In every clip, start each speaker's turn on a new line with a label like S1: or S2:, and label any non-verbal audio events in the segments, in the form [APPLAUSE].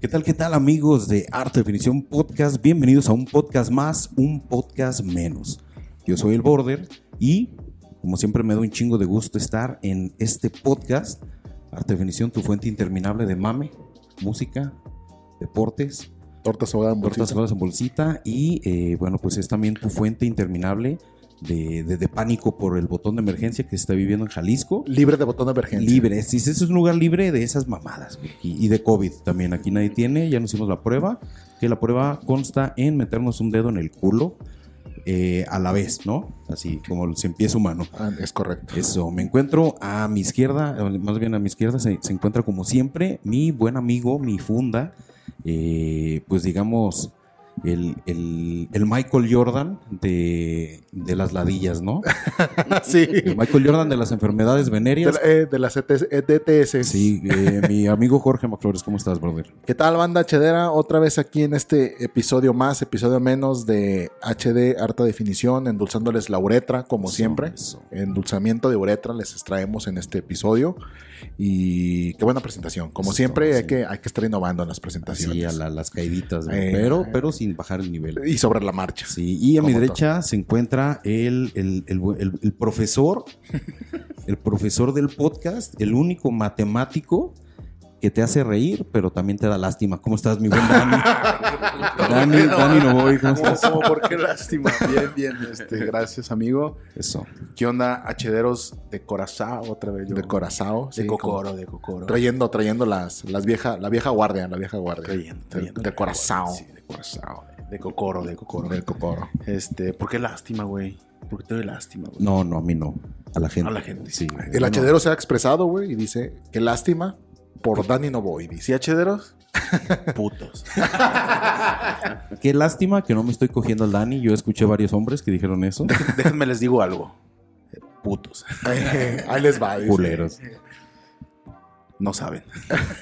S1: ¿Qué tal, qué tal amigos de Arte Definición Podcast? Bienvenidos a un podcast más, un podcast menos. Yo soy el Border y como siempre me da un chingo de gusto estar en este podcast. Arte Definición, tu fuente interminable de mame, música, deportes,
S2: Tortas ahogadas en
S1: tortas
S2: bolsita.
S1: ahogadas en bolsita y eh, bueno, pues es también tu fuente interminable de, de- de pánico por el botón de emergencia que se está viviendo en Jalisco.
S2: Libre de botón de emergencia.
S1: Libre, sí, sí, eso es un lugar libre de esas mamadas güey. y, y de COVID también. Aquí nadie tiene, ya nos hicimos la prueba, que la prueba consta en meternos un dedo en el culo eh, a la vez, ¿no? Así como el cien pies humano.
S2: Ah, es correcto.
S1: Eso, me encuentro a mi izquierda, o más bien a mi izquierda se, se encuentra como siempre mi buen amigo, mi funda, eh, pues digamos, el, el- el Michael Jordan de, de las ladillas, ¿no?
S2: [LAUGHS] sí.
S1: El Michael Jordan de las enfermedades
S2: De,
S1: venéreas.
S2: la- eh, de las ETS, eh, DTS.
S1: Sí, eh, mi amigo Jorge Maclores, ¿cómo estás, brother?
S2: ¿Qué tal, banda Hedera? Otra vez aquí en este episodio más, episodio menos de HD Harta Definición, endulzándoles la uretra, como
S1: Eso,
S2: siempre.
S1: eso.
S2: Endulzamiento de uretra les extraemos en este episodio. Y qué buena presentación. Como
S1: Eso,
S2: siempre,
S1: sí.
S2: hay, que, hay que estar innovando en las presentaciones.
S1: Así a la- las caíditas,
S2: Eh,
S1: pero,
S2: eh.
S1: pero sin bajar el nivel.
S2: Y sobre la marcha.
S1: Sí, y a mi
S2: Como
S1: derecha se encuentra el, el- el bu- el- el
S3: [LAUGHS]
S1: profesor, el profesor del podcast, el único matemático que te hace reír, pero también te da lástima. ¿Cómo estás, mi buen Dani?
S3: [LAUGHS]
S1: Dani, Dani Novoy, ¿cómo
S3: No,
S1: estás?
S3: no, por qué lástima. Bien, bien, este, gracias, amigo.
S1: Eso.
S3: ¿Qué onda, hachederos de Corazao otra vez? yo?
S2: De Corazao.
S3: De
S2: sí,
S3: Cocoro,
S2: como-
S3: de Cocoro.
S2: Trayendo, trayendo las, las vieja, la vieja guardia, la vieja guardia.
S3: Trayendo, trayendo.
S2: De, de Corazao.
S3: Sí, de Corazao. De Cocoro, de Cocoro.
S2: Del Cocoro.
S3: Este, ¿por qué lástima, güey? ¿Por qué te doy lástima, güey?
S1: No, no, a mí no. A la gente.
S3: A la gente.
S1: Sí. güey.
S2: El
S1: No,
S2: hachedero se ha expresado, güey, y dice, qué lástima por Dani Novoy. Dice,
S3: ¿Sí, hachederos? [LAUGHS] Putos.
S1: no. Qué lástima que no me estoy cogiendo al Dani. Yo escuché varios hombres que dijeron eso.
S3: [LAUGHS] Déjenme les digo algo. Eh, Putos.
S2: [LAUGHS] ahí les va. dice.
S1: Culeros.
S3: No saben.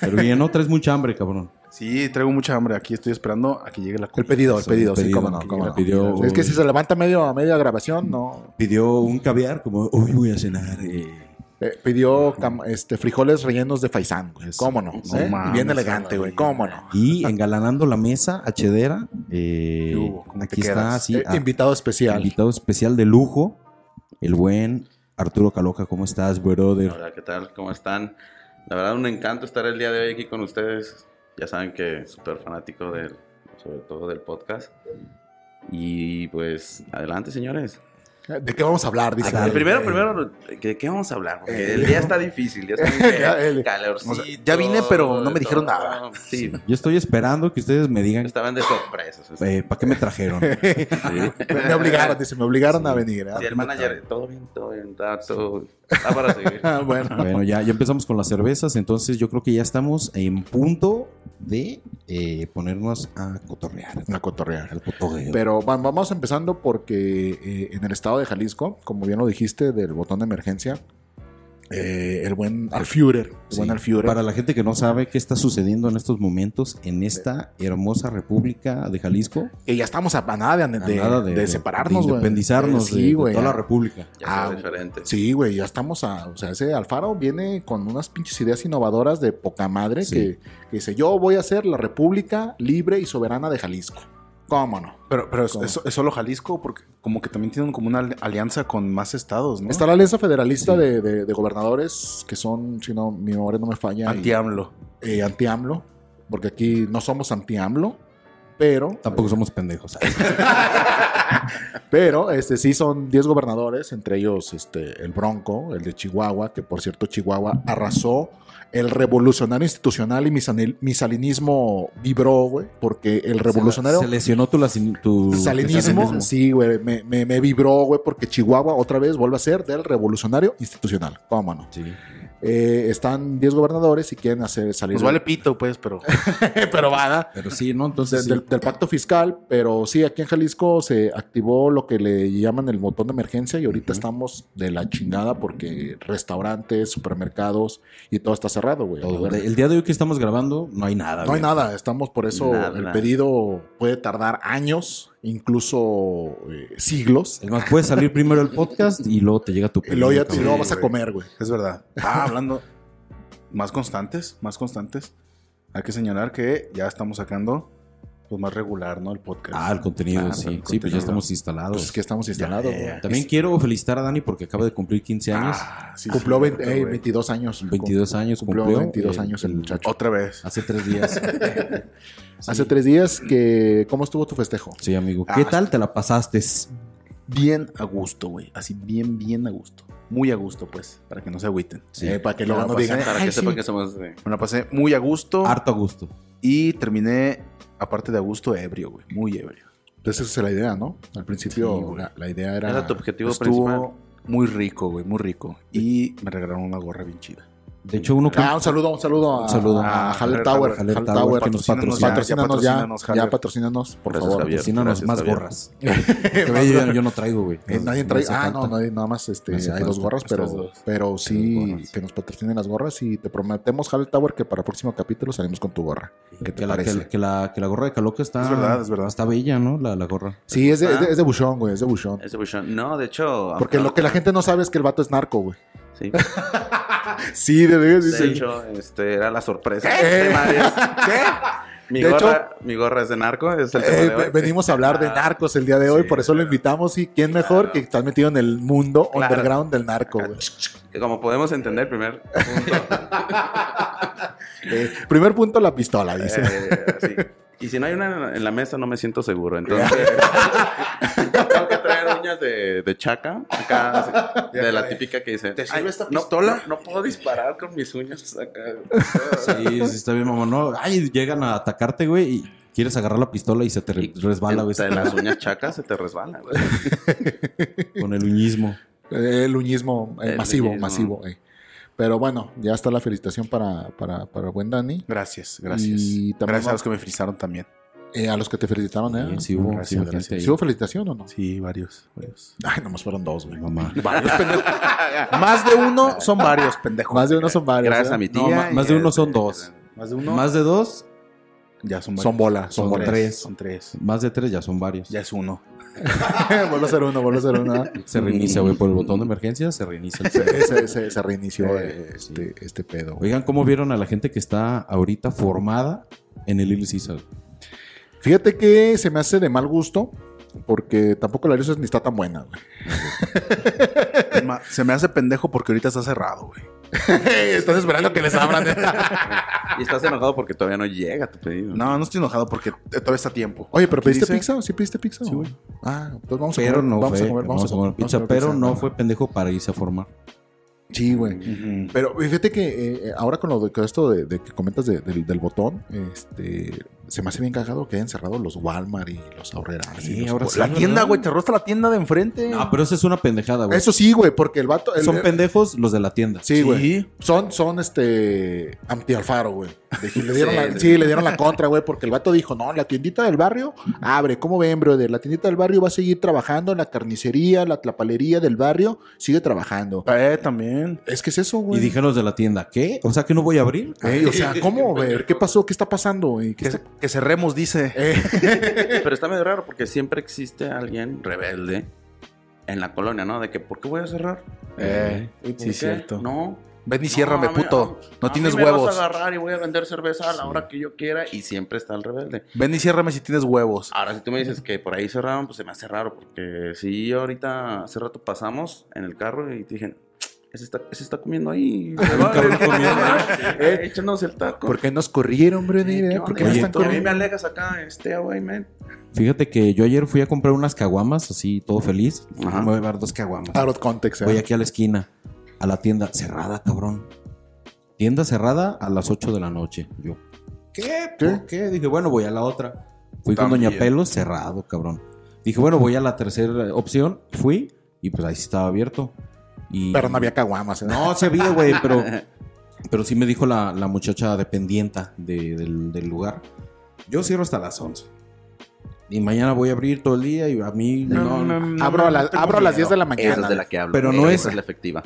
S1: Pero bien, no traes mucha hambre, cabrón.
S3: Sí, traigo mucha hambre. Aquí estoy esperando a que llegue la
S2: El
S3: comida.
S2: pedido, el
S1: Eso,
S2: pedido,
S1: el
S2: sí,
S1: pedido,
S2: cómo no,
S1: que
S2: cómo
S1: la
S2: no.
S1: pidió-
S2: Es que si se levanta medio a media grabación, no.
S1: Pidió un caviar, como hoy voy a cenar. eh,
S2: Eh, pidió cam- este, frijoles rellenos de faisán, güey.
S1: Eso,
S2: Cómo no.
S1: no
S2: ¿eh?
S3: mames,
S2: Bien elegante, güey. Cómo no.
S3: [LAUGHS]
S1: Y engalanando la mesa, Hedera eh,
S3: ¿Qué hubo? ¿Cómo te
S1: aquí está,
S3: quedas?
S1: sí, ah,
S2: Eh,
S1: a-
S2: invitado especial.
S1: invitado especial de lujo, el buen Arturo Caloca. ¿Cómo estás, brother?
S4: Hola, ¿qué tal? ¿Cómo están? La verdad, un encanto estar el día de hoy aquí con ustedes. Ya saben que súper fanático del, sobre todo del podcast. Y pues, adelante, señores.
S2: ¿De qué vamos a hablar? Dice.
S1: Adelante.
S2: Dani.
S4: primero, primero, ¿de qué vamos a hablar? Porque el día está
S2: [LAUGHS]
S4: difícil, ya está muy
S2: Eh, Ya, el-
S4: feo, calorcito.
S2: o sea, ya vine, pero no me dijeron
S4: todo.
S2: nada.
S4: Sí,
S1: Yo estoy esperando que ustedes me digan
S4: estaban de sorpresas. así.
S1: para qué me
S3: [LAUGHS]
S1: trajeron.
S4: Sí.
S2: Me, me obligaron, dice, me obligaron a venir. ¿eh?
S4: Sí, el manager, todo bien, todo bien, está todo. Está para seguir.
S2: Ah, bueno.
S1: Bueno, ya, ya empezamos con las cervezas, entonces yo creo que ya estamos en punto de eh, ponernos a cotorrear.
S2: A cotorrear.
S1: Al cotorreo.
S2: Pero va- vamos empezando porque eh, en el estado de Jalisco, como bien lo dijiste, del botón de emergencia, eh, el buen Alfiurer, el
S1: Sí.
S2: buen Alfiurer,
S1: Para la gente que no sabe qué está sucediendo en estos momentos en esta hermosa república de Jalisco,
S2: que ya estamos a, a nada de,
S1: a
S2: de-
S1: nada
S2: de separarnos,
S1: de
S2: güey.
S1: independizarnos
S2: Eh,
S1: de-
S2: sí,
S1: de,
S2: güey,
S1: toda la
S2: ah.
S1: república.
S4: Ya
S2: Ah,
S4: son diferentes.
S2: Sí, güey, ya estamos a. O sea, ese Alfaro viene con unas pinches ideas innovadoras de poca madre
S1: Sí.
S2: que, que dice: Yo voy a ser la República Libre y Soberana de Jalisco. ¿Cómo no?
S3: Pero, pero es,
S2: ¿Cómo?
S3: es- es solo Jalisco, porque como que también tienen como una al- alianza con más estados, ¿no?
S2: Está la Alianza Federalista
S1: Sí.
S2: de, de- de Gobernadores, que son, si no, mi memoria no me falla.
S3: Anti-AMLO.
S2: eh, anti-AMLO, porque aquí no somos anti-AMLO, pero,
S1: Tampoco somos pendejos.
S2: pero este, sí son 10 gobernadores, entre ellos este, el Bronco, el de Chihuahua, que por cierto Chihuahua arrasó el revolucionario institucional y misanil- misalinismo vibró, güey, porque el revolucionario... uh,
S1: Se lesionó tu, lasin- tu
S2: Salinismo, sí, güey, me, me- me vibró, güey, porque Chihuahua otra vez vuelve a ser del revolucionario institucional. ¿Cómo no?
S1: Sí.
S2: Eh, están 10 gobernadores y quieren hacer salir.
S3: Pues vale pito, pues, [LAUGHS] pero.
S2: pero van
S1: Pero sí, ¿no?
S2: de-
S1: Entonces. sí.
S2: del, del pacto fiscal, pero sí, aquí en Jalisco se activó lo que le llaman el botón de emergencia y
S1: Ujú.
S2: ahorita estamos de la chingada porque restaurantes, supermercados y todo está cerrado, güey.
S1: todo.
S2: A ver,
S1: El día de hoy que estamos grabando, no hay nada.
S2: No hay
S1: güey.
S2: nada, estamos por eso,
S4: Nada.
S2: el pedido puede tardar años, incluso eh, siglos.
S1: Es más, puedes salir primero el podcast y luego te llega tu
S2: [LAUGHS] Y luego, ya- y
S1: cabrón.
S2: luego vas a
S3: güey.
S2: comer, güey.
S3: Es verdad. Ah, hablando. Más constantes, más constantes. Hay que señalar que ya estamos sacando pues más regular, ¿no? El podcast.
S1: Ah, el contenido,
S3: Ah,
S1: sí.
S3: el
S1: Sí, pues ya
S3: contenido.
S1: estamos instalados.
S2: Pues es que estamos instalados.
S3: Ya,
S2: güey.
S3: ya,
S1: También quiero felicitar a Dani porque acaba de cumplir 15 años.
S3: Ah, sí,
S2: Cumplió
S3: cierto,
S2: 20, eh,
S3: güey.
S2: 22 años.
S1: 22 años
S2: Cumplió
S1: cumplió,
S2: 22
S1: eh,
S2: años el
S1: el-
S2: muchacho.
S3: Otra vez.
S1: Hace tres
S2: [LAUGHS]
S1: días. Sí.
S2: Hace tres días que... ¿Cómo estuvo tu festejo?
S1: Sí, amigo.
S3: Ah,
S1: ¿Qué tal te la pasaste?
S3: Bien a gusto, güey. Así bien, bien a gusto. Muy a gusto, pues, para que no se agüiten.
S1: Sí.
S2: Eh, para que
S3: Ya
S2: luego
S3: la
S2: no
S3: pasé.
S2: digan...
S4: Para
S2: "Ay,
S4: que
S2: sí".
S4: sepan que somos de...
S3: Me la pasé muy a gusto
S1: Harto a gusto.
S3: y terminé, aparte de a gusto, ebrio, güey. Muy ebrio.
S2: Pues esa es la idea, ¿no? Al principio
S3: Sí, güey.
S2: la, la idea era...
S4: Era tu objetivo principal.
S3: Estuvo muy rico, güey, muy rico. Y me regalaron una gorra bien chida.
S1: De hecho, uno
S2: Ah, un saludo, un saludo a,
S1: Un saludo.
S2: a
S3: Ah,
S2: Haller
S3: Haller
S2: Tower.
S3: Tower,
S1: Haller
S2: Haller
S1: Tower,
S2: Tower,
S1: que nos
S3: Patrocínanos
S1: patrocina.
S2: patrocínanos ya,
S3: patrocínanos,
S2: ya,
S3: Haller.
S2: patrocínanos, por
S4: Gracias,
S2: favor.
S4: Javier.
S1: Patrocínanos
S4: Gracias,
S1: más
S4: Javier.
S1: gorras.
S2: [LAUGHS]
S1: Que ve, yo, yo no traigo, güey.
S2: Eh, nadie
S1: No
S2: trae,
S1: hace
S2: ah,
S1: falta.
S2: no, nadie, nada más este,
S1: No hace
S2: hay dos
S1: falta,
S2: gorras,
S1: estas
S2: pero,
S1: dos.
S2: pero
S1: Estas
S2: sí
S1: gorras.
S2: que nos patrocinen las gorras y te prometemos, Haller Tower, que para el próximo capítulo salimos con tu gorra. ¿Qué te
S1: que, la,
S2: parece?
S1: que, que la, que la gorra de Caloca está.
S3: Es verdad, es verdad.
S1: Está bella, ¿no? La, la gorra.
S2: Sí, es de,
S4: Ah.
S2: es de, es de buchón, güey, es de buchón.
S4: Ese buchón. No, de hecho...
S2: Porque lo que la gente no sabe es que el vato es narco, güey. [LAUGHS]
S4: Sí.
S2: Sí, de, de,
S4: De hecho, este, era la sorpresa. El tema de- Mi,
S2: De eh,
S4: gorra, mi gorra es de narco, es el tema de hoy.
S2: venimos a hablar de
S4: Ah,
S2: narcos el día de hoy,
S4: sí,
S2: por eso lo invitamos. ¿Y quién mejor
S4: claro.
S2: que está metido en el mundo
S4: Claro.
S2: underground del narco, güey?
S4: Que Como podemos entender, primer punto.
S2: Eh, primer punto, la pistola, dice.
S4: eh, así. Y si no hay una en la mesa, no me siento seguro. Entonces, [LAUGHS] tengo que traer uñas de, de chaca, acá, así, de la típica que dice:
S3: ¿Te sirve
S4: "Ay,
S3: esta
S4: no-
S3: pistola?"
S4: No, no puedo disparar con mis uñas acá.
S1: Sí, sí, está bien, mamón. No, ay, llegan a atacarte, güey, y quieres agarrar la pistola y se te re- resbala, güey.
S4: Entre las uñas chacas se te resbala. güey.
S1: Con el uñismo.
S2: Eh, El uñismo eh,
S4: El
S2: masivo,
S4: uñismo.
S2: masivo. eh. Pero bueno, ya está la felicitación para, para, para el buen Dani.
S3: Gracias, gracias.
S2: Y también
S3: gracias
S2: va-
S3: a los que me frisaron también.
S2: Eh, a los que te felicitaron, ¿eh?
S1: Sí, sí hubo,
S3: Gracias,
S1: sí hubo
S3: gracias.
S1: gente ahí.
S2: ¿Sí hubo felicitación o no?
S3: Sí, varios, varios.
S2: Ay, nomás fueron dos, güey.
S1: Mamá.
S3: Más de uno son varios, pendejo.
S2: Más de uno son varios.
S4: Gracias
S2: ¿eh?
S4: a mi tía.
S1: No, ma-
S4: y
S1: más de uno
S4: este,
S1: son dos.
S3: Más de uno.
S1: Más de dos,
S3: Ya son varios.
S2: Son bola, son,
S1: Son
S2: bola.
S1: tres.
S3: Son tres.
S1: más de tres ya son varios.
S3: Ya es uno.
S2: [LAUGHS] vuelve a ser uno, vuelve a ser uno.
S1: Se reinicia, güey, por el botón de emergencia, se reinicia el
S2: Se,
S1: celular.
S2: se- se- se reinició
S1: Eh,
S2: eh, este, este pedo. güey.
S1: Oigan, ¿cómo vieron a la gente que está ahorita formada en el Little Caesar?
S2: Fíjate que se me hace de mal gusto porque tampoco la Arius ni está tan buena, güey.
S3: Es más, Se me hace pendejo porque ahorita está cerrado, güey. [LAUGHS]
S2: Están esperando que les abran.
S4: Y estás enojado porque todavía no llega tu pedido.
S3: No, no estoy enojado porque eh, todavía está a tiempo.
S2: Oye, ¿pero
S3: Aquí
S2: pediste
S3: dice-
S2: pizza? ¿Sí pediste pizza?
S3: Sí, güey.
S2: Ah, entonces vamos a
S1: Pero
S2: comer,
S1: no
S2: vamos
S1: fue,
S2: a comer,
S1: vamos a comer pizza,
S2: comer
S1: pero
S2: pizza.
S1: no fue pendejo para irse a formar.
S2: Sí, güey.
S3: Ujú.
S2: Pero fíjate que eh, eh, ahora con lo de con esto de, de que comentas de- del, del botón, este, se me hace bien cagado que hayan cerrado los Walmart y los Aurrera.
S1: Sí,
S2: los-
S1: ahora sí.
S3: La tienda, güey, te rostra la tienda de enfrente.
S1: No, Ah, pero esa es una pendejada, güey.
S2: Eso sí, güey, porque el vato. el-
S1: Son
S2: el-
S1: pendejos los de la tienda.
S2: Sí, güey.
S3: Sí.
S2: Son, son este. Anti-alfaro, güey. Y Le dieron
S4: Sí,
S2: la,
S4: sí.
S2: sí, le dieron la contra, güey, porque el vato dijo: No, la tiendita del barrio abre. ¿Cómo ven, brother? La tiendita del barrio va a seguir trabajando, la carnicería, la tlapalería del barrio sigue trabajando.
S3: Eh, también.
S2: Es que es eso,
S1: Y
S2: güey.
S1: dijeron los de la tienda, ¿qué? O sea que no voy a abrir.
S2: Ey, o sea, ¿cómo, güey? ¿Qué pasó? ¿Qué está pasando, güey? ¿Qué
S3: Que,
S2: está- Eh,
S3: que cerremos, dice.
S4: Pero está medio raro porque siempre existe alguien rebelde en la colonia, ¿no? De que, ¿por qué voy a cerrar?
S3: Eh,
S4: ¿Y por
S3: sí,
S4: qué?
S3: cierto.
S4: No.
S3: Ven y
S4: No,
S3: ciérrame,
S4: a mí-
S3: puto.
S4: a-
S3: no
S4: a
S3: tienes
S4: mí me
S3: huevos.
S4: Vas a agarrar y voy a vender cerveza a la hora que yo quiera y siempre está el rebelde.
S3: Ven y ciérrame si tienes huevos.
S4: Ahora, si tú me dices que por ahí cerraron, pues se me hace raro porque si ahorita hace rato pasamos en el carro y te dije, ese está, ese está comiendo ahí. Se va,
S1: cabrón
S4: eh,
S1: comiendo,
S4: sí, eh, Échanos el taco.
S2: ¿Por qué nos corrieron, brother? ¿Eh? ¿Por qué
S4: Oye,
S2: nos están
S4: a mí me
S2: corriendo?
S4: alegas acá, este away, man.
S1: Fíjate que yo ayer fui a comprar unas caguamas, así todo feliz.
S4: Ajá.
S1: Me voy a llevar dos caguamas.
S2: Out of context, eh.
S1: Voy aquí a la esquina, a la tienda cerrada, cabrón. Tienda cerrada a las 8 de la noche. Yo, ¿qué? ¿Por qué? Dije, bueno, voy a la otra. Fui con Doña
S4: También.
S1: Pelo, cerrado, cabrón. Dije, bueno, voy a la tercera opción. Fui y pues ahí sí estaba abierto. Y,
S2: Pero no había caguamas, ¿eh?
S1: No, se había, güey, pero, pero sí me dijo la, la muchacha dependienta de- del, del lugar. Yo cierro hasta las 11. Y mañana voy a abrir todo el día y a mí no, Ah,
S2: Abro a, la- abro a las 10 de la mañana.
S4: Esa es de la que hablo.
S1: Pero no
S4: esa
S1: es-
S4: es la efectiva.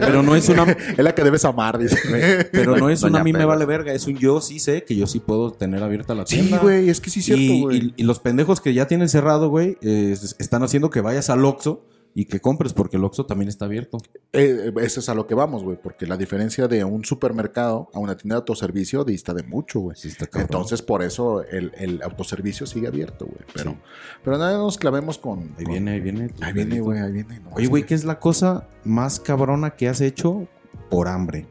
S1: pero no es una
S2: Es la que debes amar, dice.
S1: Pero no es un
S4: Doña
S1: a mí me
S4: Pelos.
S1: vale verga, es un yo sí sé que yo sí puedo tener abierta la
S2: Sí,
S1: tienda.
S2: güey, es que sí es cierto,
S1: Y-
S2: güey.
S1: y, y los pendejos que ya tienen cerrado, güey, eh, están haciendo que vayas al Oxxo y que compres, porque el Oxxo también está abierto.
S2: Eh, eso es a lo que vamos, güey, porque la diferencia de un supermercado a una tienda de autoservicio dista de mucho, güey.
S1: Pues Sí, está cabrón.
S2: Entonces, por eso el, el autoservicio sigue abierto, güey. Pero,
S1: Sí.
S2: pero nada, nos clavemos con.
S1: ahí
S2: con-
S1: viene, ahí viene. tu
S2: Ahí viene,
S1: delito.
S2: güey, ahí viene. no,
S1: Oye, güey, ¿qué es la cosa más cabrona que has hecho por hambre?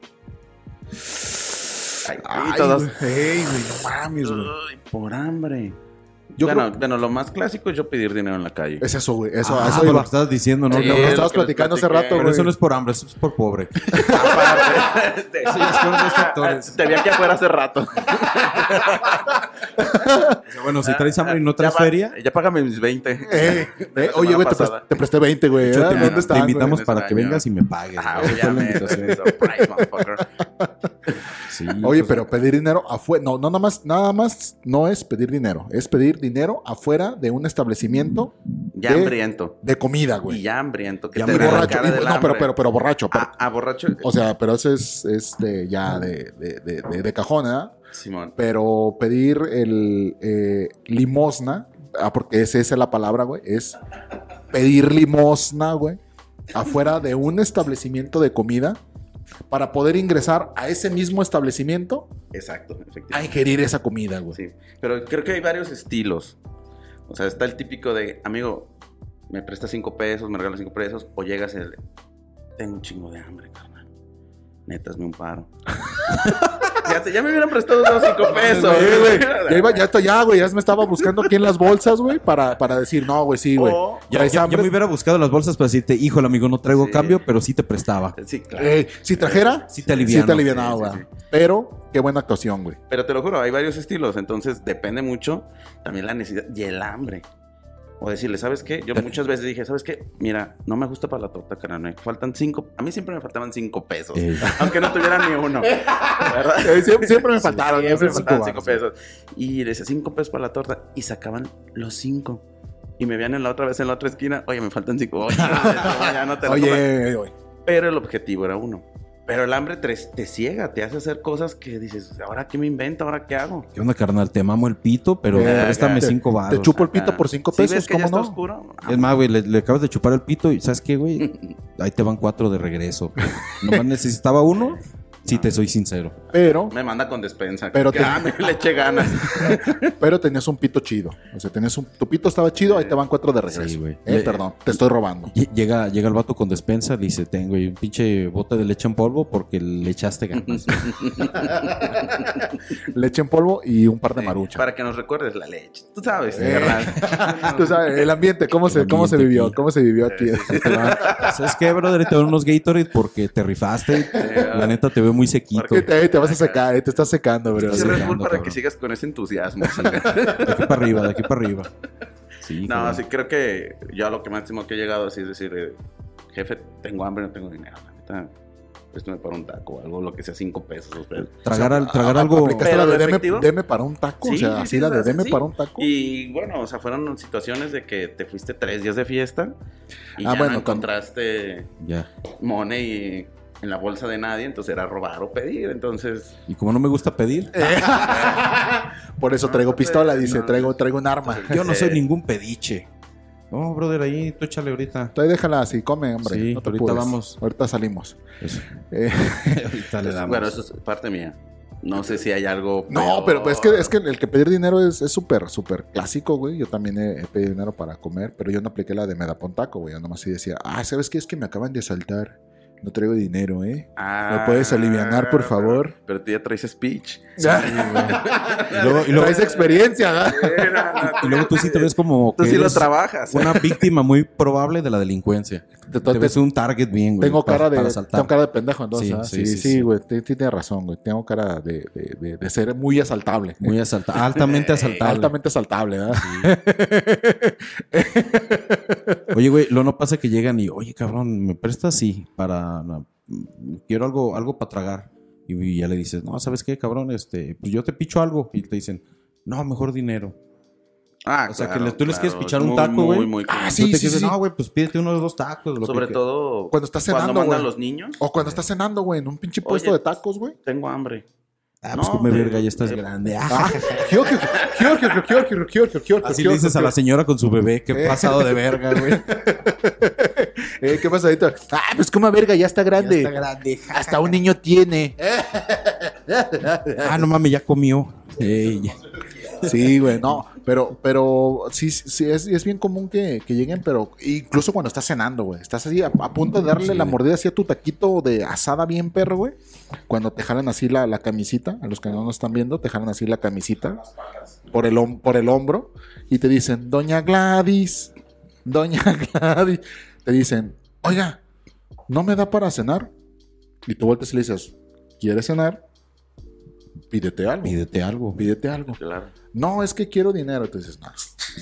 S4: Ay,
S2: Ay,
S4: todos.
S2: güey, ey, güey, no mames, güey.
S4: Ay, por hambre.
S2: Yo
S4: bueno,
S2: creo-
S4: bueno, lo más clásico es yo pedir dinero en la
S2: [LAUGHS]
S4: calle.
S2: Es eso, güey. Eso,
S1: Ah,
S2: eso
S1: lo
S2: iba.
S1: que estabas diciendo, ¿no?
S4: Sí,
S2: lo
S1: Cabrón,
S2: que
S4: es
S1: estaba-
S2: estabas
S4: lo que les
S2: platicando hace
S4: platiqué.
S2: rato,
S4: Pero
S1: Pero
S2: güey.
S1: eso no es por hambre, eso es por pobre.
S2: Ah,
S4: [LAUGHS]
S1: Ah,
S4: Aparte.
S1: Eso ya [LAUGHS] son dos factores.
S4: Te vi aquí afuera hace rato.
S1: O sea, bueno, si traes hambre y no traes
S4: Ah, Ya pa-
S1: feria,
S4: Ya págame mis 20.
S2: Eh, eh,
S4: La
S2: oye,
S4: semana
S2: güey, te, pres-
S4: pasada.
S2: te presté 20, güey.
S1: yo
S2: ¿eh?
S1: te,
S4: no,
S1: te
S2: ¿Dónde están, güey?
S1: invitamos
S4: güey?
S1: para que
S4: Ese año.
S1: vengas y me pagues.
S4: Ah,
S1: güey. Esa es la
S4: obviamente,
S1: invitación.
S4: surprise, motherfucker.
S1: Sí,
S2: Oye,
S1: pues,
S2: pero pedir dinero afuera, no, no nada más, nada más no es pedir dinero, es pedir dinero afuera de un establecimiento
S4: Ya
S2: De-
S4: hambriento.
S2: de comida, güey.
S4: Y ya hambriento. Que
S1: Ya
S4: te
S2: Y
S1: muy
S4: vea la
S2: borracho,
S4: cara
S2: y-
S4: del
S2: no, pero,
S4: hambre.
S2: pero, pero borracho. pero-
S4: Ah, ah, borracho.
S2: o sea, pero eso es, es de, ya de, de, de, de- de cajón, ¿verdad?
S4: Simón.
S2: Pero pedir el eh, limosna, ah, porque esa, esa es la palabra, güey, es pedir limosna, güey, afuera de un establecimiento de comida para poder ingresar a ese mismo establecimiento
S4: Exacto, efectivamente.
S2: a ingerir esa comida, güey.
S4: Sí, pero creo que hay varios estilos. O sea, está el típico de, amigo, me prestas cinco pesos, me regalas cinco pesos, o llegas el, tengo un chingo de hambre, carnal. Neta, hazme un paro. [LAUGHS] ya, te- ya me hubieran prestado unos cinco pesos.
S2: [LAUGHS] Sí,
S4: [LAUGHS]
S2: güey. Ya, iba- ya está, ya, güey. Ya me estaba buscando aquí en las bolsas, güey, para, para decir, no, güey, sí, güey.
S4: O-
S1: Ya,
S2: ¿Traes
S1: ya- ya
S2: hambre?
S1: me hubiera buscado las bolsas para decirte, híjole, amigo, no traigo
S4: Sí.
S1: cambio, pero sí te prestaba.
S4: Sí, claro.
S2: Eh, si trajera,
S1: Sí te
S2: sí
S1: aliviano.
S2: te alivianaba,
S4: Sí, sí,
S2: güey. Pero, qué buena actuación, güey.
S4: Pero te lo juro, hay varios estilos, entonces depende mucho también la necesidad y el hambre. O decirle, ¿sabes qué? Yo muchas veces dije, ¿sabes qué? Mira, no me gusta para la torta, carnal. Me faltan cinco. A mí siempre me faltaban cinco pesos.
S1: Eh,
S4: Aunque no tuviera
S2: [LAUGHS]
S4: ni uno. ¿Verdad?
S2: Eh, siempre, siempre me faltaron.
S4: Siempre me
S2: siempre
S4: faltaban
S2: cinco
S4: cinco pesos. Y le decía cinco pesos para la torta y sacaban los cinco. Y me veían en la otra vez en la otra esquina, oye, me faltan cinco. Oye, ya no te
S2: baros.
S4: la compro.
S2: Oye, güey.
S4: Pero el objetivo era uno. Pero el hambre te, te ciega, te hace hacer cosas que dices, ¿ahora qué me invento? ¿Ahora qué hago?
S1: ¿Qué onda, carnal? Te mamo el pito, pero
S2: Eh,
S1: préstame
S4: te-
S1: cinco baros.
S2: Te chupo el pito
S4: Ah,
S2: por cinco
S4: ¿sí
S2: pesos,
S4: ves que ya
S2: ¿cómo
S4: está
S2: no?
S4: oscuro? Ah,
S1: Es más, güey, le, le acabas de chupar el pito y ¿sabes qué, güey?
S4: [LAUGHS]
S1: Ahí te van cuatro de regreso. Nomás necesitaba uno, si
S4: Ah.
S1: te soy sincero.
S2: Pero,
S4: me manda con despensa.
S2: Pero
S4: Pero
S2: te-
S4: te... le
S2: [LAUGHS]
S4: eché ganas.
S2: pero tenías un pito chido. O sea, tenías un, tu pito estaba chido, ahí te van cuatro de regreso.
S1: Sí, güey.
S2: Eh,
S1: Le-
S2: perdón, te estoy robando.
S1: Lle- Llega, llega el vato con despensa, le dice, tengo ahí un pinche bote de leche en polvo porque le echaste
S4: [LAUGHS]
S1: ganas.
S2: Leche en polvo y un par de
S4: Sí,
S2: maruchas.
S4: Para que nos recuerdes la leche. Tú sabes,
S2: Eh.
S4: ¿verdad?
S2: Tú sabes, el ambiente, ¿cómo se,
S1: El
S2: cómo se
S1: ambiente
S2: vivió?
S1: aquí.
S2: ¿Cómo se vivió aquí?
S1: Te va- ¿Sabes qué, brother? Te van unos Gatorade porque te rifaste. La neta te veo muy sequito.
S4: Porque
S1: De
S2: [LAUGHS] Te, te vas a secar, eh, te estás secando, bro.
S4: Sí,
S1: Estás
S4: Red Bull,
S1: llegando,
S4: para
S1: cabrón.
S4: que sigas con
S2: [LAUGHS]
S4: ese entusiasmo.
S1: aquí para arriba, de aquí para arriba. Sí,
S4: no,
S1: cabrón.
S4: sí, creo que yo a lo que máximo que he llegado así es decir, eh, jefe, tengo hambre, no tengo dinero. La neta, préstame para un taco o algo, lo que sea, cinco pesos. o sea.
S1: Tragar, al- tragar
S2: A-
S1: algo...
S2: Ah, aplicaste la
S4: Pero
S2: de
S4: lo
S2: deme,
S4: efectivo.
S2: deme para un taco. o
S4: Sí,
S2: sea,
S4: sí,
S2: así
S4: sí,
S2: la
S4: o
S2: de
S4: sea,
S2: deme
S4: sí.
S2: para un taco.
S4: Y bueno, o sea, fueron situaciones de que te fuiste tres días de fiesta y
S2: Ah,
S4: ya
S2: bueno,
S4: no
S2: con-
S4: encontraste
S1: Ya.
S4: money en la bolsa de nadie, entonces era robar o pedir, entonces...
S1: Y como no me gusta pedir,
S4: Eh.
S2: Por eso
S4: No,
S2: traigo
S4: no te-
S2: pistola, dice,
S4: no.
S2: traigo, traigo un arma.
S4: [LAUGHS]
S1: yo no soy
S4: eh,
S1: ningún pediche. No, brother, ahí tú échale ahorita.
S2: Ahí déjala así, come, hombre.
S1: Sí,
S2: no te
S1: ahorita
S2: apures.
S1: vamos.
S2: Ahorita salimos.
S1: Eso.
S2: Eh,
S1: [LAUGHS] Ahorita le damos.
S4: Bueno, eso es parte mía. No sé si hay algo...
S2: no, pero es que, es que el que pedir dinero es es súper, súper clásico, güey. Yo también he, he pedido dinero para comer, pero yo no apliqué la de me da pa' un taco, güey. Yo nomás sí decía, ah, ¿sabes qué? Es que me acaban de asaltar. No traigo dinero, ¿eh?
S4: Ah,
S2: ¿Me puedes alivianar, por favor?
S4: Pero, pero tú ya traes speech.
S2: [LAUGHS]
S1: Y luego, y luego-
S2: Traes experiencia, ¿verdad? [LAUGHS]
S1: y luego tú sí te ves como...
S4: Tú
S1: que
S4: sí lo
S1: eres
S4: trabajas.
S1: Una víctima muy probable de la delincuencia. Te ves un target bien, güey.
S2: Tengo
S1: para-
S2: cara de,
S1: para
S2: tengo
S1: asaltar.
S2: cara de pendejo, entonces.
S1: Sí,
S2: ¿ah? Sí,
S1: sí,
S2: sí,
S1: sí, sí.
S2: güey. Ti- ti- Tienes razón, güey. Tengo cara de, de- de- de ser muy asaltable.
S1: Muy asaltable.
S2: [LAUGHS]
S1: Altamente asaltable.
S2: Altamente asaltable, ¿verdad?
S1: Oye, güey, lo no pasa que llegan y, oye, cabrón, ¿me prestas? Sí, para. na- quiero algo, algo para tragar. Y, ya le dices, no, ¿sabes qué, cabrón? Este, pues yo te picho algo. Y te dicen, no, mejor dinero.
S4: Ah,
S1: O sea, que le- tú les quieres pichar un taco, güey.
S4: Muy, muy,
S2: Ah,
S4: común.
S2: sí,
S1: Tú te
S2: sí,
S1: dices,
S2: sí.
S1: no, güey, pues pídete unos dos tacos. lo
S4: Sobre
S1: que-
S4: todo
S2: Cuando estás cenando,
S4: cuando mandan
S2: güey.
S4: los niños.
S2: O cuando estás cenando, güey, en un pinche
S4: Oye.
S2: puesto de tacos, güey.
S4: Tengo hambre.
S1: Ah, pues
S4: No, Eh,
S1: come
S4: de-
S1: verga, ya estás
S4: de-
S1: grande. Ah,
S2: Ah, Giorgio, Giorgio, Giorgio,
S4: pues
S2: Giorgio, Giorgio, Giorgio,
S1: así
S2: Giorgio,
S4: [LAUGHS]
S1: le dices a la señora con su bebé, qué pasado de verga, güey.
S2: Eh, ¿Qué pasa ahorita? Ah, pues como verga, ya está grande.
S5: Ya está grande.
S2: Hasta un niño tiene.
S1: Ah, no mames, ya comió. Ey, ya.
S2: Sí, güey, no, pero, pero sí, sí es, es bien común que, que lleguen, pero incluso cuando estás cenando, güey, estás así a, a punto de darle
S1: Sí,
S2: la
S1: güey.
S2: mordida así a tu taquito de asada bien perro, güey, cuando te jalan así la, la camisita, a los que no nos están viendo, te jalan así la camisita por el, hom- por el hombro y te dicen, Doña Gladys, Doña [LAUGHS] Gladys, te dicen, oiga, no me da para cenar. Y tú vueltas y le dices, ¿quieres cenar? Pídete algo.
S1: Pídete algo.
S2: Pídete algo.
S4: Claro.
S2: No, es que quiero dinero. Tú dices, no.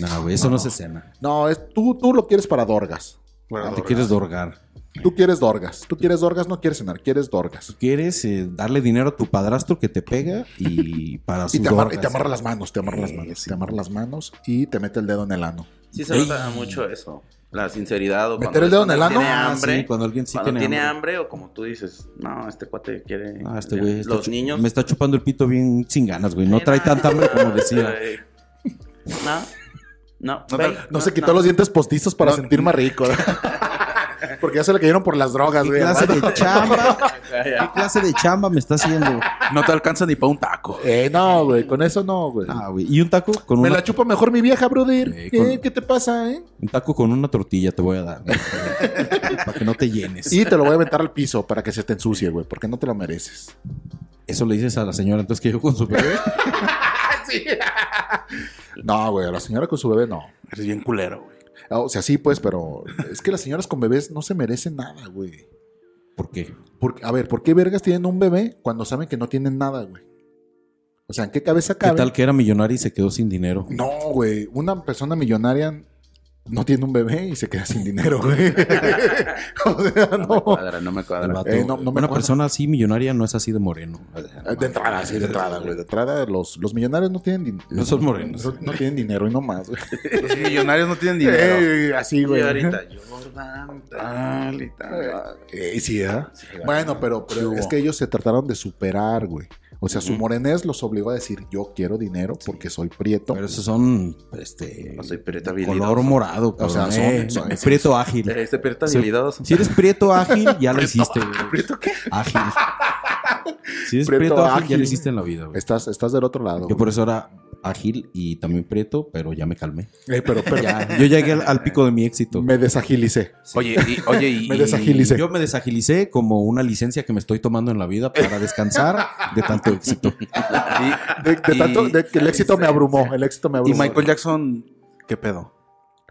S1: No, güey, eso no se cena.
S2: No, es, tú, tú lo quieres para dorgas.
S1: Ah, Te quieres dorgar.
S2: Tú quieres dorgas. Tú quieres dorgas, no quieres cenar, quieres dorgas.
S1: Quieres eh, darle dinero a tu padrastro que te pega y para
S2: Y
S1: sus
S2: te, amarra, y
S1: dorgas.
S2: te amarra las manos, te amarra las manos, te amarra las manos y te mete el dedo en el ano.
S4: Sí se nota mucho eso. La sinceridad o
S2: ¿Meter
S4: cuando-
S2: el dedo en
S4: cuando
S2: el ano?
S4: Tiene
S1: Ah,
S4: hambre.
S1: sí, cuando alguien sí
S4: cuando
S1: tiene, hambre.
S4: o como tú dices, no, este cuate quiere...
S1: Ah, este güey está
S4: los
S1: chu-
S4: niños...
S1: Me está chupando el pito bien sin ganas, güey. No
S4: Sí,
S1: trae
S4: no,
S1: tanta hambre como
S4: no, [LAUGHS]
S1: decía.
S4: güey. No, no.
S2: No,
S4: güey,
S2: no se quitó los dientes postizos para sentir
S1: [LAUGHS]
S2: más rico. Porque ya se le cayeron por las drogas,
S1: ¿Qué
S2: güey.
S1: clase de chamba?
S4: [LAUGHS] Ya,
S1: ¿Qué [LAUGHS]
S4: ya.
S1: clase de chamba me está haciendo?
S3: No te alcanza ni para un taco.
S2: Eh, no, güey, con eso no, güey.
S1: Ah, güey. ¿Y un taco con
S2: Me
S1: una,
S2: la chupa mejor mi vieja, brother.
S1: Eh, con-
S2: Eh, ¿Qué te pasa, eh?
S1: un taco con una tortilla te voy a dar. güey, para- para que no te llenes.
S2: Y te lo voy a aventar al piso para que se te ensucie, güey, porque no te lo mereces.
S1: Eso le dices a la señora, entonces que yo con su bebé.
S2: No, güey, a la señora con su bebé no.
S3: Eres bien culero, güey.
S2: Ah, O sea, sí, pues, pero es que las señoras con bebés no se merecen nada, güey.
S1: ¿Por qué?
S2: Porque- a ver, ¿por qué vergas tienen un bebé cuando saben que no tienen nada, güey? O sea, ¿en qué cabeza
S1: ¿Qué
S2: cabe?
S1: tal que era millonaria y se quedó sin dinero?
S2: No, güey. Una persona millonaria no tiene un bebé y se queda sin dinero, güey. [LAUGHS] o sea,
S4: No me
S2: no.
S4: cuadra, no me
S1: El
S4: cuadra.
S1: vato-
S2: Eh, no- no me
S1: una
S2: acuerdo.
S1: persona así millonaria no es así de moreno.
S2: De entrada, sí, de entrada, güey. De entrada, los, los millonarios no tienen dinero.
S1: No son morenos.
S2: No, no tienen dinero y no más, güey.
S3: Los millonarios no tienen dinero.
S2: [LAUGHS] Ey, así,
S4: Y
S2: güey.
S4: ahorita, Jordan, tal y tal.
S2: Eh, sí, ¿verdad? Bueno, pero, pero
S3: hubo?
S2: es que ellos se trataron de superar, güey. O sea, su morenés los obligó a decir, yo quiero dinero porque soy prieto.
S1: Pero esos son, este,
S4: No soy prieto
S1: color
S4: habilidoso.
S1: morado,
S2: O sea,
S1: cabrón.
S2: son-
S1: eh.
S2: son-
S1: Es prieto ágil.
S4: Este perrito
S1: Sí.
S4: habilidoso.
S1: Si eres prieto ágil, ya
S2: [LAUGHS]
S1: lo hiciste, güey. ¿Prieto qué? Ágil. Si eres
S2: Prieto
S1: prieto, ágil, ya
S2: ágil.
S1: lo hiciste en la vida, güey.
S2: Estás, estás del otro lado.
S1: Yo
S2: güey.
S1: por eso era ágil y también prieto, pero ya me calmé.
S2: Eh, pero,
S1: [LAUGHS]
S2: pero
S1: Yo llegué al, al pico de mi éxito.
S2: me desagilicé.
S3: Oye, y, oye, y.
S2: Me desagilicé.
S1: Yo me desagilicé como una licencia que me estoy tomando en la vida para descansar de
S2: [LAUGHS]
S1: tanto éxito.
S3: y-
S2: De, de
S3: y-
S2: tanto de que el éxito me abrumó. El éxito me
S3: Y
S2: abrumó.
S3: Michael Jackson, ¿qué pedo?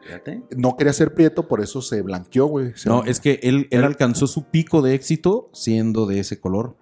S4: Fíjate.
S2: No quería ser prieto, por eso se blanqueó, güey. Se-
S1: No, es que él, él alcanzó su pico de éxito siendo de ese color.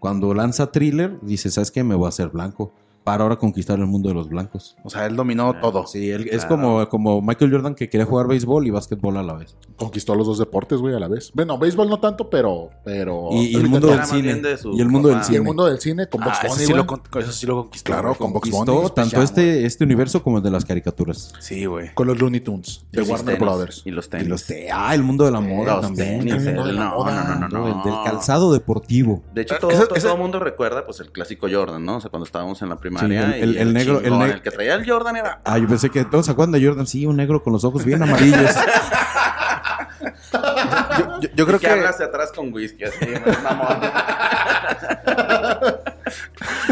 S1: Cuando lanza thriller, dice, ¿sabes qué? Me voy a hacer blanco para ahora conquistar el mundo de los blancos.
S3: O sea, él dominó
S4: Oh,
S3: todo.
S1: Sí, él es como, como Michael Jordan que quería jugar béisbol y básquetbol a la vez.
S2: conquistó los dos deportes, güey, a la vez. Bueno, béisbol no tanto, pero. pero
S4: Oh,
S1: Y, y
S2: pero
S1: el mundo
S2: intentó.
S1: del
S4: más bien
S1: cine.
S4: de su
S1: Y el mundo del
S2: Y
S4: papá.
S2: el
S1: cine.
S2: mundo del cine con Box
S3: Ah, eso,
S2: Bunny,
S3: sí lo,
S2: güey.
S3: con- eso sí lo conquistó.
S2: Claro, con Box
S1: Conquistó
S2: Bunny. pues,
S1: tanto
S2: ya, güey.
S1: este, este universo como el de las caricaturas.
S3: Sí, güey.
S2: Con los Looney Tunes de
S4: Y los
S2: Warner
S4: tenis,
S2: Brothers.
S4: Y los
S1: Y
S4: tenis. Oh,
S1: los te- ah, el mundo de la moda
S4: Los
S1: también.
S4: tenis,
S1: el
S4: el-
S1: mundo
S2: de la
S4: no,
S2: moda,
S4: no, no, no,
S1: del- del
S4: no.
S1: calzado Ah, deportivo.
S4: De hecho, todo,
S3: Ese-
S4: todo,
S3: ese-
S4: todo mundo recuerda pues el clásico Jordan, ¿no? O sea, cuando estábamos en la primaria.
S1: Sí, el- el-
S4: y
S1: el negro- el
S4: chingón,
S1: neg-
S4: que traía el Jordan era.
S1: Ah, yo pensé que todos se acuerdan de Jordan, sí, un negro con los ojos bien
S4: [LAUGHS]
S1: amarillos.
S3: Yo, yo- yo creo
S4: que,
S3: que.
S4: hablas de atrás con whisky, así, [LAUGHS] más mamón.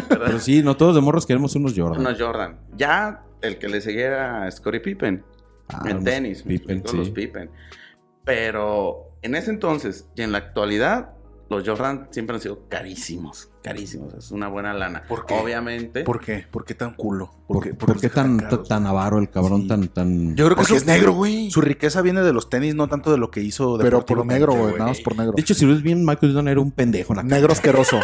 S1: Pero sí, no todos de morros queremos unos [LAUGHS] Jordan.
S4: Unos Jordan. Ya el que le seguía era Scottie Pippen.
S1: Ah,
S4: en
S1: unos
S4: tenis.
S1: Pippen,
S4: todos
S1: sí.
S4: los Pippen. Pero en ese entonces y en la actualidad, los Jordan siempre han sido carísimos. Carísimos. Es una buena lana.
S3: ¿Por qué?
S4: Obviamente.
S3: ¿Por qué? ¿Por qué tan culo?
S1: ¿Por,
S3: qué,
S1: por qué
S3: los dejan
S1: tan,
S3: caros?
S1: tan avaro el cabrón,
S3: Sí.
S1: tan, tan...
S3: Yo creo que
S2: Porque
S3: su-
S2: es negro, güey.
S3: Su riqueza viene de los tenis, no tanto de lo que
S2: Pero
S3: hizo.
S2: por
S3: deportivamente,
S2: negro, güey. Nada más por negro.
S1: De hecho, si lo ves bien, Michael Jordan era un pendejo en la cancha.
S2: Negro asqueroso.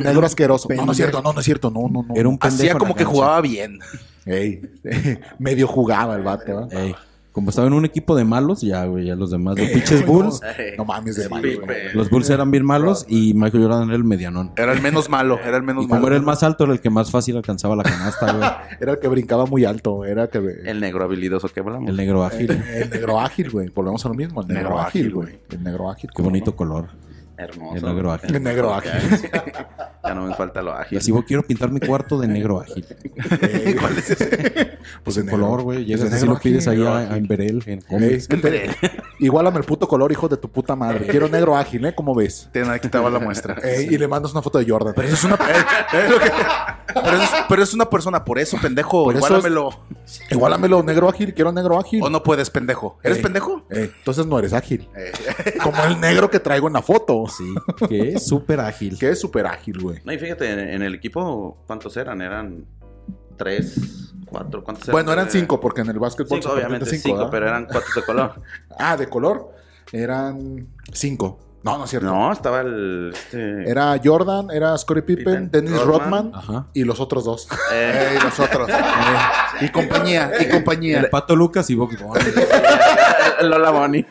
S2: negro asqueroso. No, no es cierto, no, no es cierto. No, no, no.
S1: Era un pendejo en
S3: Hacía
S1: la
S3: como que
S1: cancha.
S3: jugaba bien.
S2: Ey, [LAUGHS] medio jugaba el vato, ¿eh? ¿verdad?
S1: Ey, como estaba en un equipo de malos, ya, güey, ya los demás. Los
S2: [LAUGHS]
S1: pinches Bulls.
S4: Eh,
S2: No mames de
S4: sí,
S2: malo.
S4: Pippen.
S2: güey.
S1: Los Bulls eran bien malos y Michael Jordan era el medianón.
S3: Era el menos malo, era el
S1: [LAUGHS]
S3: menos
S1: Y como
S3: malo.
S1: era
S3: [LAUGHS]
S1: el más alto, era el que más fácil alcanzaba la canasta, güey.
S2: Era el que brincaba muy alto. Era el que. El,
S4: El negro habilidoso que hablamos.
S1: El negro ágil.
S2: el negro ágil, güey. Volvemos a lo mismo. El negro,
S3: Negro
S2: ágil,
S3: ágil,
S2: güey. El negro ágil.
S1: Qué bonito color.
S4: Hermoso.
S1: De negro ágil.
S2: De negro ágil.
S4: ya no me falta lo
S1: Y
S4: ágil.
S1: así voy, quiero pintar mi cuarto de negro ágil.
S2: [LAUGHS] Ey,
S4: ¿Cuál es ese?
S2: pues
S1: De
S2: de negro.
S1: color, güey. Llegas
S2: Pues de
S1: así
S2: negro
S1: lo pides
S2: ágil,
S1: ahí
S2: negro
S1: a, a Emberel, en
S2: Ey,
S1: cómics.
S2: Igualame el puto color, hijo de tu puta madre. Quiero negro ágil, ¿eh? ¿Cómo ves?
S3: Te han quitado la muestra.
S2: Ey, Y le mandas una foto de Jordan.
S3: Pero eso es una. eh, es lo que- pero, eso es, pero es una persona, por eso, pendejo.
S2: Por eso es-
S3: Igualamelo.
S2: Igualamelo, negro ágil, quiero negro ágil.
S3: O no puedes, pendejo. ¿Eres
S2: Ey.
S3: pendejo?
S2: Ey, entonces no eres ágil. [LAUGHS] Como el negro que traigo en la foto.
S1: Sí, que es súper
S2: [LAUGHS]
S1: ágil.
S2: Que es súper ágil, güey.
S4: No, y fíjate, en, en el equipo, ¿cuántos eran? Eran tres, cuatro, ¿cuántos eran?
S2: Bueno, eran cinco, porque en el básquetbol
S4: eh, Cinco,
S2: se permite
S4: obviamente cinco,
S2: ¿verdad?
S4: pero eran cuatro
S2: [LAUGHS]
S4: de color.
S2: Ah, de color. Eran cinco. No, no es cierto.
S4: no, estaba el... Este,
S2: Era Jordan, era Scottie Pippen,
S4: Pippen,
S2: Dennis Rodman,
S4: Rodman.
S1: Ajá.
S2: y los otros dos.
S4: eh,
S3: Ey, nosotros.
S2: Eh,
S3: Y compañía, y compañía.
S1: Pato Lucas y Bobby Bonner.
S2: [LAUGHS]
S4: [LAUGHS] Lola Bonnie.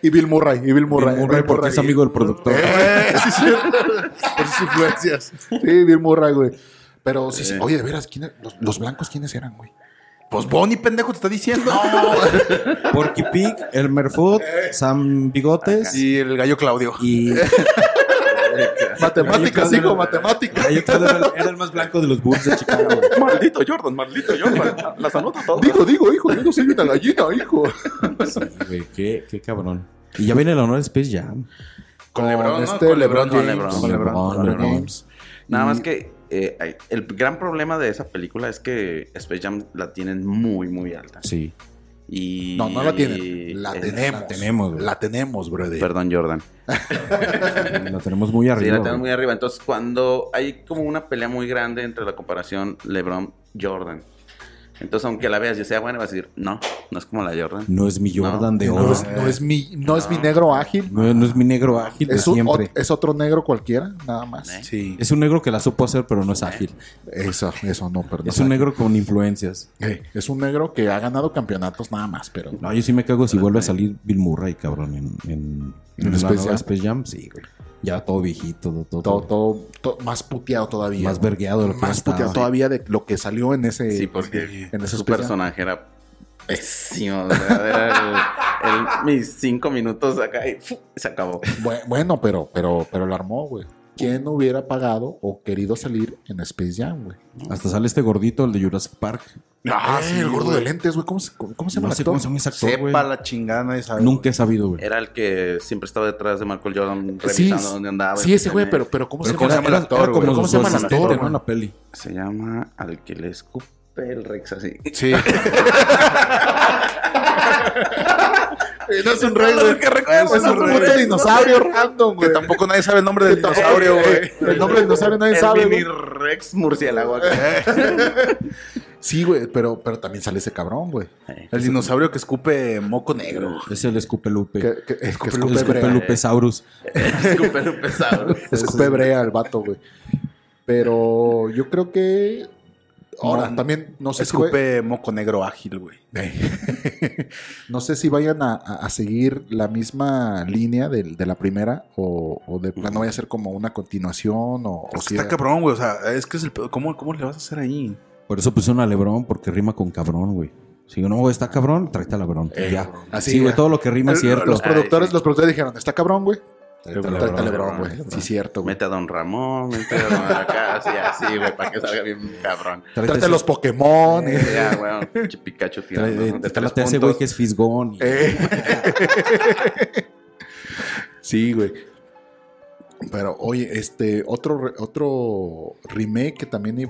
S2: y Bill Murray, y Bill Murray.
S1: Bill Murray, porque es amigo del productor.
S2: [LAUGHS] Eh, sí, sí.
S3: Por sus influencias.
S2: Sí, Bill Murray, güey. Pero sí, sí.
S4: Eh.
S2: Oye, de veras, ¿quién er- los, los blancos quiénes eran, güey?
S3: Pues Bonnie, pendejo, te está diciendo.
S1: Porky Pig, Elmer Food,
S2: Eh.
S1: Sam Bigotes y...
S3: [LAUGHS] Y el gallo Claudio.
S2: Matemáticas, hijo, matemáticas.
S1: Ahí está, era, el- era el más blanco de los Bulls de Chicago. güey.
S4: Maldito Jordan, maldito Jordan. Las anoto todas.
S2: Digo, digo, hijo, yo no soy una gallina, hijo.
S1: Sí, güey, qué, qué cabrón. Y ya viene el honor de Space Jam.
S3: Con Lebron, ¿no?
S2: este,
S3: Con
S2: LeBron
S3: Lebron,
S2: James. Con LeBron,
S3: con Lebron.
S1: Lebron,
S2: con LeBron
S1: Lebron.
S2: James.
S4: Nada
S2: Mm.
S4: más que eh, hay- el gran problema de esa película es que Space Jam la tienen muy, muy alta.
S1: Sí.
S4: Y...
S2: No, no la tienen. La
S4: eh,
S2: tenemos.
S1: la tenemos, güey.
S2: La tenemos, brother.
S4: Perdón, Jordan.
S1: La tenemos muy
S4: Sí, la
S1: arriba.
S4: tenemos
S1: güey.
S4: muy arriba. Entonces, cuando hay como una pelea muy grande entre la comparación LeBron-Jordan. Entonces, aunque la veas y sea buena, vas a decir, no, no es como la Jordan.
S1: No es mi Jordan de oro.
S2: No, es, no es mi, no es mi negro ágil.
S1: No, no es mi negro ágil de
S2: Es, un-
S1: siempre.
S2: o- es otro negro cualquiera, nada más.
S4: ¿Eh?
S3: Sí.
S1: Es un negro que la supo hacer, pero no es ágil.
S2: Eso, eso Eh, no, perdón.
S1: Es un negro con influencias.
S2: Eh, es un negro que ha ganado campeonatos nada más, pero
S1: No, yo sí me cago si vuelve a salir Bill Murray, cabrón, en, en,
S2: ¿En
S1: en la
S2: Space
S1: nueva
S2: Jam?
S1: Space Jam. Sí, güey. Ya todo viejito, todo, todo,
S2: todo, todo, todo más puteado todavía.
S1: más vergueado de lo que
S2: Más
S1: ya estaba.
S2: puteado todavía de lo que salió en ese.
S4: Sí, porque
S2: pues en ese
S4: su
S2: especial.
S4: personaje era pésimo. o sea, era el- el- mis cinco minutos acá y ¡fu! se acabó.
S2: Bue- Bueno, pero, pero, pero lo armó, güey. ¿Quién hubiera pagado o querido salir en Space Jam, güey?
S1: Hasta sale este gordito, el de Jurassic Park.
S2: Ah,
S3: Eh,
S2: sí, el gordo de lentes, güey. ¿Cómo se, cómo se llama
S1: No
S2: el
S1: sé
S2: actor?
S1: cómo se llama ese actor, güey.
S3: Sepa la chingada, nadie sabe.
S1: Nunca he sabido, güey.
S4: Era el que siempre estaba detrás de Michael Jordan
S2: Sí,
S4: revisando dónde andaba.
S2: sí, ese güey, pero, pero ¿cómo se llama el actor, güey?
S1: como
S2: ¿Cómo
S1: los
S2: se llama el
S1: dos
S2: actor,
S1: asistentes, ¿no?
S2: güey?
S1: En la peli.
S4: Se llama al que le escupe el Rex así.
S3: Sí. Eh, no es un
S4: [LAUGHS]
S3: rey, güey.
S2: Es un puto dinosaurio random,
S3: Que
S2: güey.
S3: tampoco nadie sabe el nombre [LAUGHS] del dinosaurio, güey.
S2: El nombre del dinosaurio nadie
S4: el
S2: sabe,
S4: mini
S2: güey.
S4: Rex murciélago. acá.
S2: Sí, güey, pero, pero también sale ese cabrón, güey.
S3: El dinosaurio que escupe moco negro.
S1: Es el Escupelupe.
S2: Que, que, que escupe,
S1: El
S2: brea.
S1: Escupelupesaurus.
S4: Escupe el pesado.
S2: Escupe brea el vato, güey. Pero yo creo que. Ahora,
S3: No,
S2: también no sé si
S3: escupe
S2: güey,
S3: moco negro ágil, güey. eh,
S2: no sé si vayan a, a- a seguir la misma línea del- de, la primera o, o de plano vaya a ser como una continuación o, o
S3: Es que
S2: si
S3: está
S2: era-
S3: cabrón, güey. [LAUGHS] O sea, es que es el pedo. ¿Cómo, ¿Cómo le vas a hacer ahí?
S1: Por eso pusieron a Lebrón, porque rima con cabrón, güey. Si no, está cabrón, tráete a Lebrón.
S2: Eh,
S1: ya.
S2: así,
S1: sí, güey,
S2: ya.
S1: todo lo que rima es
S2: El-
S1: cierto.
S2: Los
S4: Ay,
S2: productores,
S4: sí.
S2: los productores dijeron, está cabrón, güey.
S1: Tráete a
S2: Tráete a
S1: Lebrón.
S2: Lebrón,
S4: Lebrón,
S2: güey. Sí, cierto, güey.
S4: Mete a Don Ramón, mete a Don acá, así, así, güey, para que salga bien cabrón.
S1: Tráete
S2: Tráete
S1: ese-
S2: a los Pokémon. eh.
S4: Ya, güey, pinche Pikachu
S1: Trae-
S4: tirando, ¿no?
S1: eh,
S4: de
S1: tráete a
S4: tres
S1: ese
S4: puntos.
S1: güey que es fisgón.
S2: Eh,
S1: y-
S2: [LAUGHS] Sí, güey. Pero oye, este otro re- otro remake que también eh,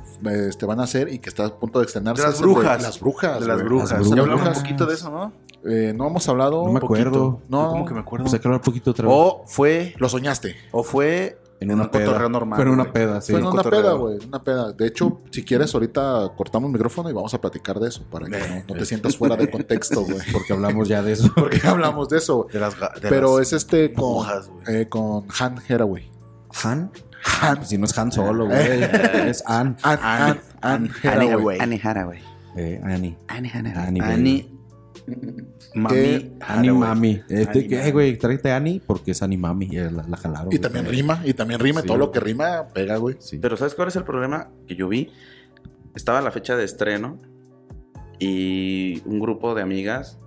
S2: este, van a hacer y que está a punto de extenderse.
S3: De las
S2: es el de
S3: brujas.
S2: Las brujas.
S3: De las
S2: güey.
S3: brujas.
S1: Las
S3: Ya
S1: brujas.
S3: hablamos un poquito de eso, ¿no?
S2: Eh, no hemos hablado.
S1: No me acuerdo.
S2: poquito. No,
S3: ¿Cómo que me acuerdo?
S1: Pues hay que hablar un poquito otra vez.
S2: Oh.
S3: O fue.
S2: Lo soñaste.
S3: O fue.
S1: en una
S3: un
S1: peda.
S3: cotorreo normal,
S1: Pero en una
S3: güey.
S1: peda, sí.
S2: Fue en una
S3: cotorreo.
S2: peda, güey. en Una peda. De hecho, si quieres, ahorita cortamos el micrófono y vamos a platicar de eso para que no, [LAUGHS] no te sientas fuera de contexto, [LAUGHS] güey.
S1: Porque hablamos ya de
S2: [LAUGHS]
S1: eso.
S2: Porque hablamos de eso, güey.
S3: De las. ga- de
S2: Pero
S3: las-
S2: es este con,
S3: brujas, güey.
S2: eh, con Han Haraway.
S1: ¿Han? Pues
S2: Han.
S1: Si no es Han solo,
S2: [LAUGHS]
S1: güey. es Ann.
S2: Han, Han,
S3: Anne-
S2: Han
S3: Anne
S2: Haraway.
S3: Haraway.
S4: Annie Haraway.
S1: Eh, Annie.
S4: Annie
S1: Annie, baby.
S3: Annie. Mami.
S2: Que-
S1: Annie
S3: Haraway.
S1: Mami. Este,
S3: Annie
S1: que,
S3: Mami.
S1: eh, güey, tráete a Annie porque es Annie Mami. Y la, la jalaron.
S2: Y
S1: güey.
S2: también rima, y también rima, y
S1: Sí.
S2: todo lo que rima pega, güey.
S1: Sí.
S4: Pero ¿sabes cuál es el problema? Que yo vi, estaba la fecha de estreno y un grupo de amigas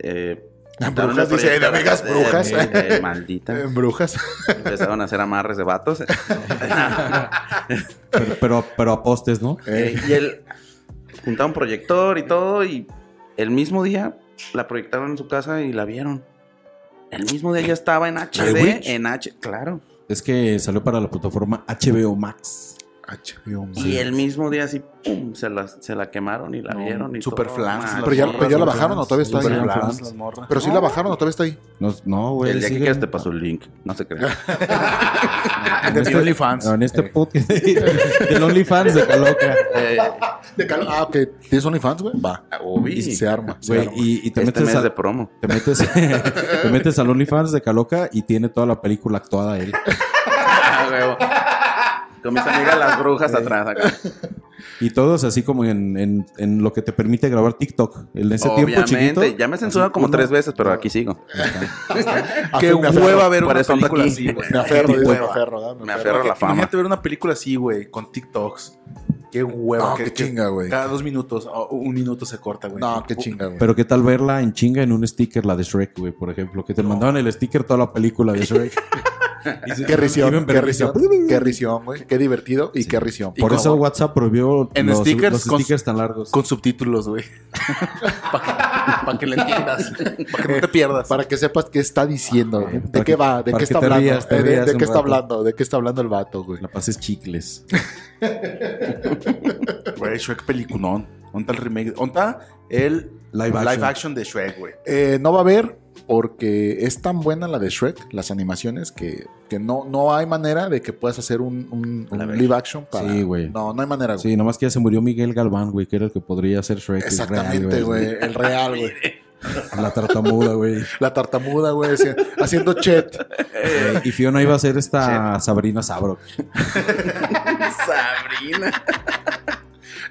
S4: eh, Empezaron a
S2: Ah, Brujas, dice,
S4: proyectar-
S2: de amigas brujas.
S4: Eh, eh, maldita.
S2: [LAUGHS] En brujas.
S4: Empezaron a hacer amarres de vatos.
S1: Pero, pero, pero a postes, ¿no?
S4: Eh, y él juntaba un proyector y todo, y el mismo día la proyectaron en su casa y la vieron. El mismo día ya estaba en HD,
S2: Witch?
S4: en H, claro.
S1: Es que salió para la plataforma HBO Max.
S2: [LAUGHS] HBO Max.
S4: Y el mismo día así, pum, se la, se la quemaron y la
S3: No,
S4: vieron. Y
S3: super
S4: todo,
S3: flans,
S4: man.
S3: las
S2: Pero ya,
S3: morras,
S2: pero ya la
S3: los
S2: bajaron o todavía está
S1: Super
S2: ahí.
S1: flans.
S3: las morras.
S2: Pero sí la bajaron o todavía está ahí.
S1: No, no, güey.
S4: El día que
S1: sigue-
S4: quieras te pasó el link, no se crean.
S1: En
S3: De
S1: este-
S3: OnlyFans.
S1: no, en este podcast. Del OnlyFans de coloca.
S4: [LAUGHS] Eh,
S2: De cal- ah, ok. ¿Tienes OnlyFans, güey? Va.
S4: Obi,
S2: Y se arma. se
S1: Güey,
S2: arma.
S1: y, y te
S4: este
S1: metes
S4: mes
S1: a-
S4: de promo.
S1: Te metes, [LAUGHS] te metes al OnlyFans de Caloca y tiene toda la película actuada él.
S4: Ah, huevo. Con mis amigas las brujas atrás acá.
S1: Y todos así como en, en- en lo que te permite grabar TikTok. En ese tiempo chiquito.
S4: Obviamente, ya me censuran como
S1: uno-
S4: tres veces, pero aquí sigo.
S2: Ah,
S3: Qué
S2: sí, me aferro.
S3: hueva ver
S4: Por
S3: una
S4: eso ando
S3: película
S4: aquí.
S3: así, güey.
S2: Me aferro,
S3: Qué
S2: dice, me
S3: hueva.
S2: aferro. ¿verdad?
S4: Me aferro a la fama.
S3: Imagínate ver una película así, güey, con TikToks. Qué hueva.
S2: No, qué chinga, güey.
S3: Cada dos minutos, o un minuto se corta, güey.
S2: No, qué chinga, güey.
S1: Pero qué tal verla en chinga en un sticker, la de Shrek, güey, por ejemplo. Que te mandaban el sticker toda la película de
S2: [LAUGHS]
S1: Shrek. Y se-
S2: Qué
S1: iban
S2: risión, qué risión,
S1: perdiendo.
S2: qué risión, güey. Qué divertido y qué risión.
S1: Por eso WhatsApp prohibió
S3: En
S1: los los stickers,
S3: stickers con-
S1: tan largos.
S3: Con subtítulos, güey. Para que, pa' que le entiendas. Para que no te pierdas.
S2: Para que sepas qué está diciendo, güey.
S1: para
S2: de
S1: que-
S2: qué
S1: Ah,
S2: va, de
S1: para
S2: qué
S1: que
S2: está
S1: te
S2: hablando,
S1: rías, te
S2: eh, de-
S1: rías
S2: de
S1: un
S2: qué está
S1: rato.
S2: hablando, de qué está hablando el vato, güey.
S1: La pases chicles.
S3: [LAUGHS] Güey, Shrek peliculón. ¿Onta el remake? ¿Onta el
S1: Live
S3: live
S1: action.
S3: action, de Shrek, güey?
S2: Eh, no va a haber porque es tan buena la de Shrek, las animaciones, que, que no, no hay manera de que puedas hacer un, un- un live action para...
S1: Sí, güey.
S2: No, no hay manera, güey.
S1: Sí, nomás que ya se murió Miguel Galván, güey, que era el que podría ser Shrek. el real,
S2: Exactamente, güey. El
S1: [LAUGHS]
S2: real, güey.
S1: La tartamuda,
S2: [LAUGHS]
S1: güey.
S2: La tartamuda, güey, haci- haciendo chat.
S1: Eh, y Fiona iba a ser esta Sabrina Sabro.
S4: Sabrina.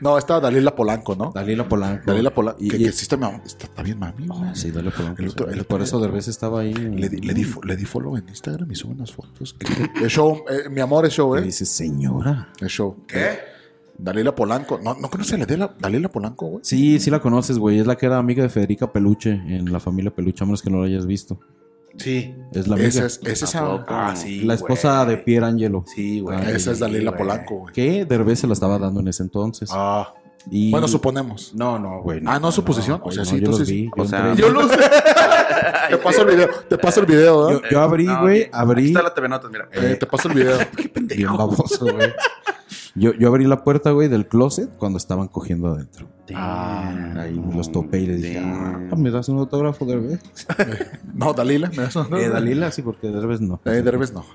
S2: No, estaba Dalila Polanco, ¿no?
S1: Dalila Polanco.
S2: Dalila Polanco.
S1: Y-
S2: Que,
S1: y-
S2: que sí está, mam- está- está bien, mami, güey.
S1: Ah, sí, Dalila Polanco.
S2: El otro- el otro
S1: Por
S2: día-
S1: eso Derbez estaba ahí.
S2: Le di, le, di, fo- le di follow en Instagram y sube unas fotos. [LAUGHS] Es show, eh, mi amor es show,
S1: Y
S2: ¿eh?
S1: dice, señora.
S2: Es show. ¿Qué? Dalila Polanco. ¿No, no conoce a la Dalila, Dalila Polanco, güey?
S1: Sí, sí la conoces, güey. Es la que era amiga de Federica Peluche en la familia Peluche, a menos que no la hayas visto.
S3: Sí.
S1: Es la amiga.
S2: Esa es, es esa,
S4: Tampoco.
S3: Ah, sí,
S1: la esposa
S3: güey.
S1: de Pierre Angelo.
S3: Sí, güey.
S1: Ah,
S2: esa es Dalila
S3: Sí, güey.
S2: Polanco, güey.
S1: Que Derbez se la estaba dando en ese entonces.
S2: Ah.
S1: Y-
S2: Bueno, suponemos.
S1: No, no, güey.
S2: Ah, no, suposición.
S1: güey,
S2: O sea,
S1: no,
S2: sí,
S1: yo los
S2: entonces-
S1: vi.
S4: O
S1: Yo,
S4: sea,
S1: entré-
S2: [LAUGHS] Yo lo sé. Te paso el video. Te paso el video, Eh, ¿no?
S1: yo- yo abrí,
S4: No,
S1: güey.
S4: aquí- Aquí
S1: Abrí.
S4: está la TV Notas, mira.
S2: Eh, te paso el [LAUGHS] video.
S1: Bien baboso, güey. Yo, yo abrí la puerta, güey, del closet cuando estaban cogiendo adentro.
S4: Ah,
S1: Ahí los topé y les dije,
S4: damn.
S1: ah, ¿me das un autógrafo, Derbez?
S2: No, Dalila. ¿me das una-
S1: Eh, Dalila, sí, porque Derbez no.
S2: Eh, Derbez no.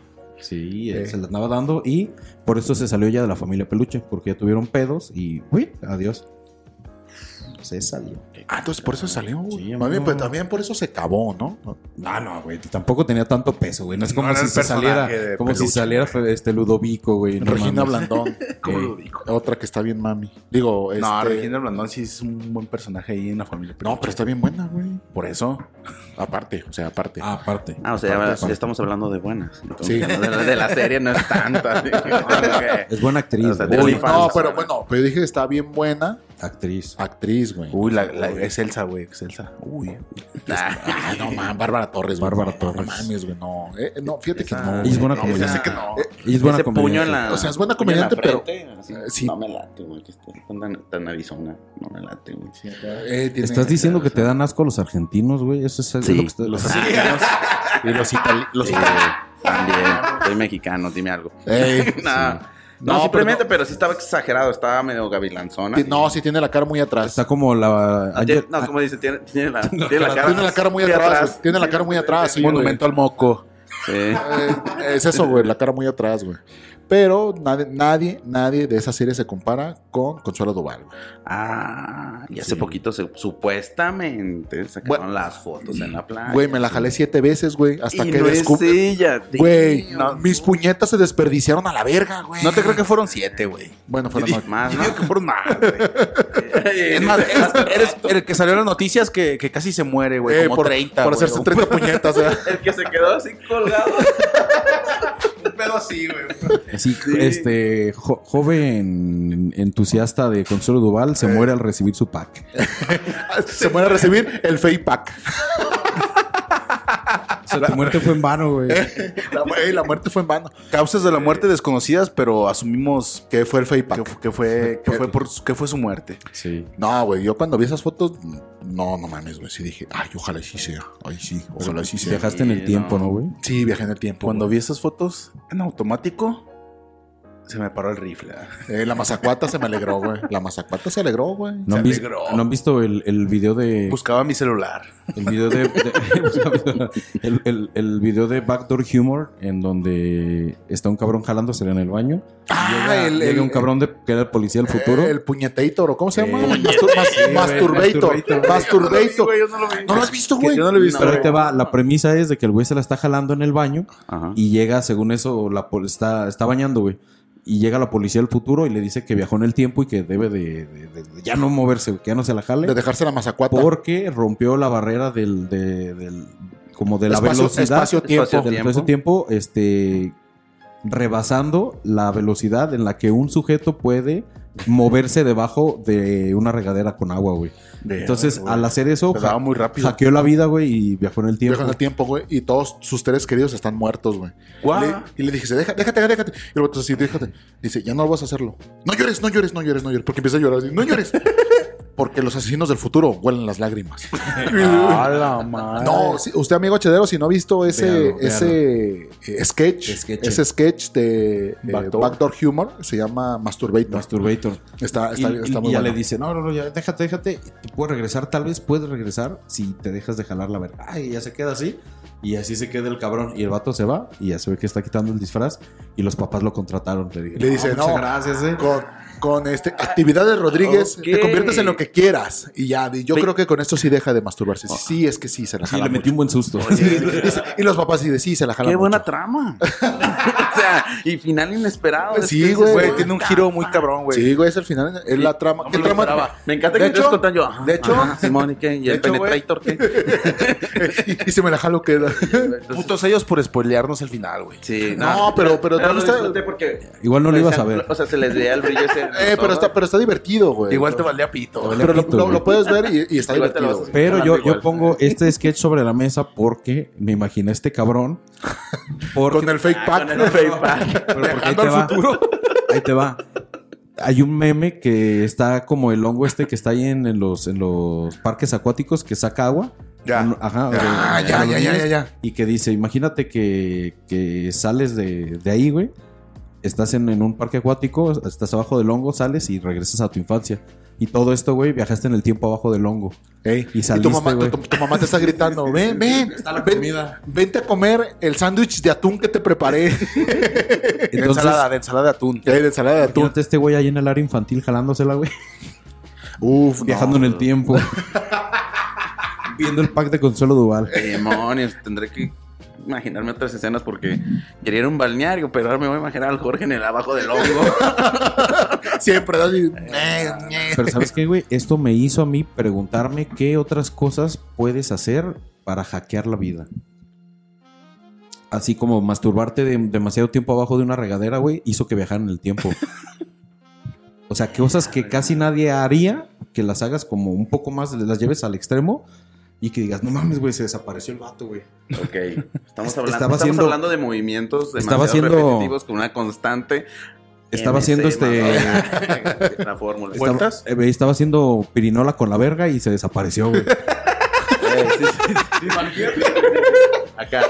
S1: Sí, él
S2: Eh.
S1: se la andaba dando y por eso se salió ya de la familia Peluche, porque ya tuvieron pedos y, uy, adiós. Se salió.
S2: Ah, entonces por eso salió,
S1: Sí,
S2: güey. Más bien,
S1: amigo.
S2: pues también por eso se acabó, ¿no?
S1: No, no, güey, tampoco tenía tanto peso, güey. No es como
S3: No era
S1: si
S3: el
S1: se saliera,
S3: personaje de
S1: como si
S3: Peluche.
S1: saliera fe- este Ludovico, güey. no
S2: Regina
S1: mames.
S2: Blandón.
S3: ¿Cómo
S1: Eh,
S3: lo digo?
S2: Otra que está bien, mami. Digo, este...
S3: No, Regina Blandón sí es un buen personaje ahí en la familia.
S2: No, pero está bien buena, güey.
S3: Por eso.
S2: Aparte, o sea, aparte.
S1: Ah, aparte.
S4: Ah, o sea, ya,
S2: Aparte, aparte.
S4: ya estamos hablando de buenas. Entonces,
S2: Sí.
S4: De, la, de la serie no es
S2: [LAUGHS]
S4: tanto. así que-
S1: Es buena actriz,
S4: O sea,
S1: güey.
S2: Uy,
S4: Uy,
S2: no,
S4: fans.
S2: pero bueno, pero dije que está bien buena
S1: Actriz.
S2: actriz, güey.
S3: Uy, la, la- es Elsa, güey. Es Elsa. Uy.
S2: Ah, no, man, Bárbara Torres, güey.
S1: Bárbara
S2: No,
S1: Torres.
S2: No mames, güey, no. Eh, no, fíjate
S4: Esa-
S2: que no.
S1: Y es buena
S2: no,
S1: comediante.
S2: yo sé que no. Eh,
S1: Ella es buena
S4: Ese puño en
S1: comediante.
S4: la.
S2: o sea, es buena
S4: puño en la
S2: comediante, pero-
S4: frente, así.
S2: eh, sí.
S4: No me late, güey, que esté tan, tan arizona. No me late, güey.
S2: eh, tiene-
S1: ¿Estás diciendo que te dan asco los argentinos, güey? Eso es
S4: Sí,
S1: lo que está-
S3: Los africanos. y los italianos. Los
S4: Sí, también. Soy mexicano, dime algo.
S2: Eh,
S4: No, no,
S2: No,
S4: simplemente,
S2: pero
S4: pero, sí estaba exagerado. Estaba medio gavilanzona.
S2: ti- No, sí tiene la cara muy atrás.
S1: Está como la.
S4: Ah, tiene-
S1: Ángel-
S4: no, como dice, tiene,
S2: [LAUGHS]
S4: tiene la, tiene la cara.
S2: tiene la cara muy
S4: de
S2: atrás, güey. Tiene la cara muy atrás, sí,
S3: monumento al moco.
S4: Sí.
S2: Eh, es eso, güey, la cara muy atrás, güey. Pero nadie, nadie, nadie de esa serie se compara con Consuelo Duval. güey.
S4: Ah, y hace poquito se- supuestamente sacaron
S2: Bueno.
S4: las fotos en la playa.
S2: Güey, me la jalé siete veces, güey, hasta
S4: y
S2: que
S4: no
S2: descu-
S4: es ella.
S2: Güey,
S4: Dios.
S2: mis puñetas se desperdiciaron a la verga, güey.
S3: No te creo que fueron siete, güey.
S2: Bueno, [LAUGHS] fueron
S3: Yo
S2: ocho.
S4: [LAUGHS]
S3: digo-
S4: Más,
S3: yo
S4: ¿no?
S3: digo que fueron
S4: [LAUGHS]
S3: más, güey. Es
S4: es
S3: más,
S2: Eh,
S3: eres, eres el que salió en las noticias que, que casi se muere, güey.
S2: Eh,
S3: como
S2: por,
S3: 30,
S2: por
S3: güey,
S2: hacerse
S3: o- [LAUGHS]
S2: 30 puñetas, güey.
S4: el que se quedó así colgado.
S3: Un pedo así, güey.
S1: Así, este jo- joven entusiasta de Consuelo Duval se muere al recibir su pack.
S2: se muere a recibir el fake pack.
S1: sea, tu muerte fue en vano, güey.
S2: La, mu- ey, la muerte fue en vano.
S3: Causas de la muerte desconocidas, pero asumimos
S2: Eh. Que fue el Eh,
S3: que,
S2: Facebook.
S3: fu- que fue, que fue, por, su- que fue su muerte.
S1: Sí.
S2: No, güey, yo cuando vi esas fotos, no, no mames, güey. Sí dije, ay, ojalá y sí sea. Ay, sí, ojalá y sí sea.
S1: Viajaste en el tiempo, ¿no, güey?
S2: Sí, viajé en el tiempo.
S3: Cuando vi esas fotos, en automático, se me paró el rifle. ¿eh?
S2: güey. Eh, la mazacuata se me alegró, güey. La mazacuata se Pues- alegró, güey.
S1: ¿No han, vis-
S3: alegró.
S1: ¿no han visto el, el video de.
S3: Buscaba mi celular.
S1: El video de. de- [LAUGHS] el, el- el video de Backdoor Humor, en donde está un cabrón jalándose en el baño.
S2: Ah,
S1: Llega,
S2: el-
S1: llega
S2: el-
S1: un cabrón de, que era el policía del futuro.
S2: El puñetator, ¿o ¿cómo se llama?
S1: Eh,
S2: Mastur- mas-
S1: güey,
S2: masturbator.
S1: masturbator.
S2: Masturbator.
S3: Yo no lo vi.
S2: ¿No lo has visto, güey?
S3: Yo no lo he visto.
S1: Pero ahí te va, la premisa es de que el güey se la está jalando en el baño
S4: Ajá.
S1: y llega, según eso, la pol- está, está bañando, güey. Y llega la policía del futuro y le dice que viajó en el tiempo y que debe de, de- de- de ya no moverse, güey, que ya no se la jale.
S2: De dejarse la mazacuata.
S1: Porque rompió la barrera del, de- del- como de la
S2: Espacio-
S1: velocidad.
S2: espacio-tiempo.
S1: del espacio-tiempo, este, rebasando la velocidad en la que un sujeto puede moverse debajo de una regadera con agua, güey. Entonces, al hacer eso,
S3: Empezaba
S1: ja-
S3: muy rápido.
S1: hackeó la vida, güey, y viajó en el tiempo.
S2: Viajó en el tiempo, güey. Y todos sus tres queridos están muertos, güey.
S3: Guau.
S2: Le- y le dije, "Deja- déjate, déjate. Y el otro así, déjate. Dice, ya no vas a hacerlo. No llores, no llores, no llores, no llores. Porque empieza a llorar así, no
S1: [LAUGHS]
S2: llores. Porque los asesinos del futuro huelen las lágrimas.
S3: A la madre.
S2: No, sí, usted, amigo Chedero, si no ha visto ese,
S1: Véalo,
S2: ese eh, sketch,
S1: Sketch.
S2: ese sketch de eh,
S3: Backdoor.
S2: Backdoor. Humor, se llama Masturbator.
S1: Masturbator.
S2: Está,
S1: Y,
S2: está,
S1: y-
S2: está
S1: y
S2: muy
S1: ya
S2: bueno.
S1: le dice, no, no, no, ya, déjate, déjate. Te puedes regresar, tal vez puedes regresar si te dejas de jalar la verga. Ay, ya se queda así. Y así se queda el cabrón. Y el vato se va y ya se ve que está quitando el disfraz. Y los papás lo contrataron. Le, dije,
S2: Le dice,
S1: muchas
S2: no.
S1: gracias, eh".
S2: Con, con este, actividades Rodríguez, te
S4: ok.
S2: conviertes en lo que quieras. Y ya, y yo
S4: Ve-
S2: creo que con esto sí deja de masturbarse. Sí, sí, es que sí, se la
S1: Sí,
S2: jala
S1: le metí
S2: mucho.
S1: un buen susto.
S2: Sí, dice- y los papás sí de sí, se la jalan
S4: Qué buena
S2: mucho.
S4: trama. [LAUGHS] o sea, y final inesperado.
S2: Sí,
S4: Es que
S2: güey.
S4: dices,
S3: Tiene un giro muy cabrón, güey.
S2: Sí, güey, es el final, es la trama.
S3: no
S2: ¿Qué
S3: me lo
S2: trama?
S3: esperaba.
S4: Me encanta que
S2: De
S4: me estés
S2: hecho-
S4: contando yo. ajá,
S2: de hecho-
S4: ajá, Simón, ¿y qué? ¿Y
S3: de
S4: el
S3: hecho, güey.
S4: penetrator qué?
S2: [LAUGHS] y, y se me la jalo queda. [LAUGHS] Eh,
S3: Putos ellos por spoilearnos el final, güey.
S4: Sí,
S2: No, pero, pero,
S4: No,
S2: también
S4: lo
S2: está-
S4: disfruté porque...
S1: Igual no lo ibas a
S4: o sea,
S1: ver.
S4: O sea, se les veía el brillo ese. en los
S2: Eh, pero
S4: ojos.
S2: está, pero está divertido, güey.
S3: Igual te valía pito. güey.
S2: Pero lo,
S1: Pito,
S2: lo-
S1: güey.
S2: lo puedes ver y, y está
S4: Igual te
S2: divertido.
S4: lo vas a-
S2: güey.
S1: Pero yo,
S4: igual.
S1: yo pongo este sketch sobre la mesa porque me imaginé a este
S2: [LAUGHS]
S1: cabrón. Porque
S2: Con el fake
S4: Ah,
S2: pack.
S4: con el fake pack.
S1: Pero porque ahí te va. Ahí te va. Hay un meme que está como el hongo este que está ahí en, en los, en los parques acuáticos que saca agua.
S2: Ya.
S1: Un- ajá,
S2: Ah,
S1: de-
S2: ya,
S1: de los
S2: ya, ya,
S1: niños.
S2: ya, ya.
S1: Y que dice, imagínate que, que sales de, de ahí, güey. Estás en, en un parque acuático, estás abajo del hongo, sales y regresas a tu infancia. Y todo esto, güey, viajaste en el tiempo abajo del hongo.
S2: Ey,
S1: Y
S2: y
S1: saliste,
S2: tu, mamá,
S1: güey.
S2: tu, tu mamá te está gritando, ven, ven, ven, vente a comer el sándwich de atún que te preparé.
S3: De
S1: Entonces,
S3: ensalada, de ensalada de atún.
S2: Ey, de ensalada de atún.
S1: imagínate este güey ahí en el área infantil jalándosela, güey.
S2: Uf,
S1: Viajando en el tiempo. [LAUGHS] Viendo el pack de Consuelo Duval.
S4: [LAUGHS] Demonios, tendré que imaginarme otras escenas porque quería ir a un balneario, pero ahora me voy a imaginar al Jorge en el abajo del [LAUGHS] hongo.
S2: no. Siempre, Eh, ¿no? Así,
S1: Pero ¿sabes qué, güey? Esto me hizo a mí preguntarme qué otras cosas puedes hacer para hackear la vida. Así como masturbarte de- demasiado tiempo abajo de una regadera, güey, hizo que viajara en el [LAUGHS] tiempo. O sea, cosas que casi nadie haría, que las hagas como un poco más, las lleves al extremo y que digas, no mames, güey, se desapareció el vato, güey.
S4: Ok, estamos hablando,
S1: Estaba
S4: estamos
S1: haciendo-
S4: hablando de movimientos demasiado
S1: estaba haciendo-
S4: repetitivos con una constante.
S1: Estaba haciendo este-
S4: Madonna. La fórmula.
S1: Estaba- eh, güey, estaba haciendo pirinola con la verga y se desapareció, güey.
S4: Eh, sí, sí, sí, [LAUGHS] imagínate. acá,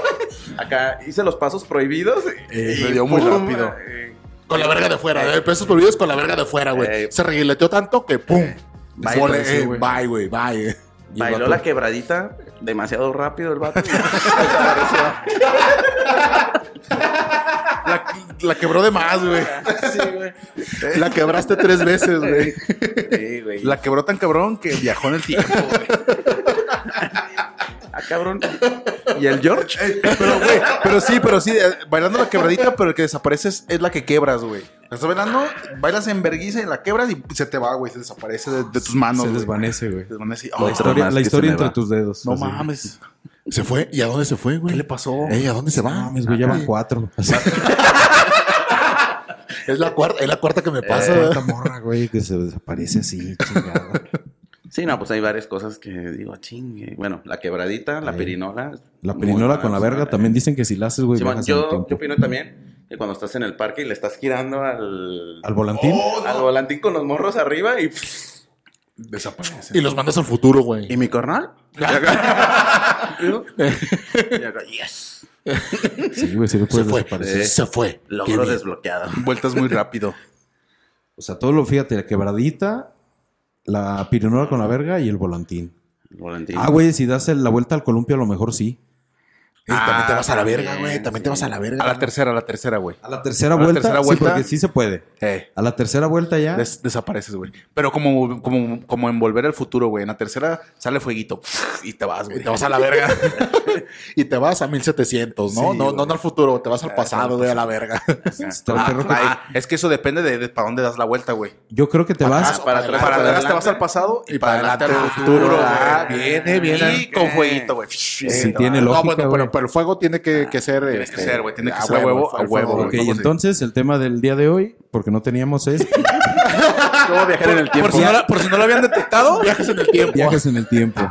S4: acá hice los pasos prohibidos.
S2: Eh,
S4: y
S2: me dio muy
S4: pum,
S2: rápido.
S4: eh,
S2: Con la verga de fuera, eh, pesos prohibidos con la verga de fuera,
S4: Ey.
S2: güey. Se reguileteó tanto que pum.
S4: Bye,
S2: Vole,
S4: sí,
S2: eh,
S4: güey.
S2: bye, güey, bye. eh.
S1: Y el
S4: bailó
S1: vato-
S4: la quebradita demasiado rápido el vato.
S2: La, la quebró de más, güey.
S4: [LAUGHS] sí, güey.
S2: La quebraste tres veces, güey.
S4: Sí, güey.
S3: La quebró tan cabrón que viajó en el tiempo.
S4: Ah, cabrón. ¿Y el George?
S3: Eh, Pero, güey, pero sí, pero sí, eh, bailando la quebradita, pero el que desapareces es la que quebras, güey. La Estás bailando, bailas en vergüenza y la quebras y se te va, güey, se desaparece de, de tus
S2: Ah,
S3: manos.
S1: se
S3: güey.
S1: desvanece, güey.
S3: Se desvanece y,
S1: La
S3: "Ay,
S1: historia,
S4: más
S1: la
S4: que
S1: historia
S4: se me
S1: entre
S4: va.
S1: tus dedos.
S3: no
S1: Así.
S3: mames.
S2: Se fue. ¿Y a dónde se fue, güey?
S3: ¿Qué le pasó?
S2: Ey, ¿a dónde se
S1: No
S2: va?
S1: mames, güey, ya van
S2: Ajá.
S1: cuatro.
S2: Es la cuarta, es la cuarta que me pasa.
S1: Eh. Esta morra, güey, que se desaparece así, chingada.
S4: Sí, no, pues hay varias cosas que digo, chingue. Bueno, la quebradita, la
S1: Sí.
S4: pirinola.
S1: La
S4: muy
S1: pirinola
S4: buena,
S1: con la
S4: o sea,
S1: verga también dicen que si la haces, güey,
S4: Simón,
S1: bajas en
S4: yo,
S1: tiempo.
S4: yo opino también que cuando estás en el parque y le estás girando al,
S1: Al volantín.
S4: al volantín con los morros arriba y.
S3: Desaparece.
S2: Y los mandas al futuro, güey.
S4: ¿Y mi carnal? Y acá- [LAUGHS] Y acá, yes.
S1: Sí, güey, sí lo
S2: Se
S1: puedes
S2: fue.
S1: desaparecer.
S4: eh.
S2: Se fue.
S4: Logro
S2: Qué bien.
S4: desbloqueado.
S3: Vueltas muy [LAUGHS] rápido.
S1: O sea, todo lo, fíjate, la quebradita, la pirinola con la verga y el volantín.
S4: El volantín.
S1: Ah, güey, si das el- la vuelta al columpio, a lo mejor sí.
S2: Y también te
S4: Ah,
S2: vas a la verga,
S4: también,
S2: güey. También
S4: sí.
S2: te vas a la verga.
S3: A la tercera, a la tercera, güey.
S1: A la tercera,
S3: A la
S1: vuelta,
S3: tercera
S1: sí,
S3: vuelta.
S1: porque sí se puede.
S3: Eh,
S1: A la tercera vuelta ya.
S3: des- desapareces, güey. Pero como, como, como envolver al futuro, güey. En la tercera sale fueguito [LAUGHS] pf, y te vas,
S2: Y
S3: güey.
S2: te vas a la
S3: [LAUGHS]
S2: verga. y te vas a 1700, ¿no?
S3: Sí,
S2: no, no,
S3: güey.
S2: no al futuro, te vas al
S3: Eh,
S2: pasado, güey, a la verga.
S1: Está
S3: Ah,
S1: perro que-
S3: ah, es que eso depende de, de para dónde das la vuelta, güey.
S1: Yo creo que te vas.
S4: Ah, para
S3: Para,
S4: atrás,
S3: atrás
S4: adelante.
S3: te vas al pasado y, para, adelante al futuro.
S2: futuro,
S3: güey.
S2: ah, viene, viene.
S3: Y con
S4: Ok.
S3: fueguito, güey.
S1: Sí, tiene
S2: no,
S1: lógica,
S2: bueno,
S1: güey.
S2: pero, pero el fuego tiene que, que ser.
S4: Tiene
S3: que ser, güey, tiene que
S2: a
S3: ser a huevo,
S2: el
S3: a huevo,
S2: fuego,
S1: Ok,
S3: güey.
S1: y entonces el tema del día de hoy, porque no teníamos
S2: [LAUGHS]
S1: es
S3: ¿Cómo viajar en el tiempo?
S2: Por si, no, la- por si no lo habían detectado, viajes en el tiempo. Viajes,
S1: viajes en el
S2: [LAUGHS]
S1: tiempo.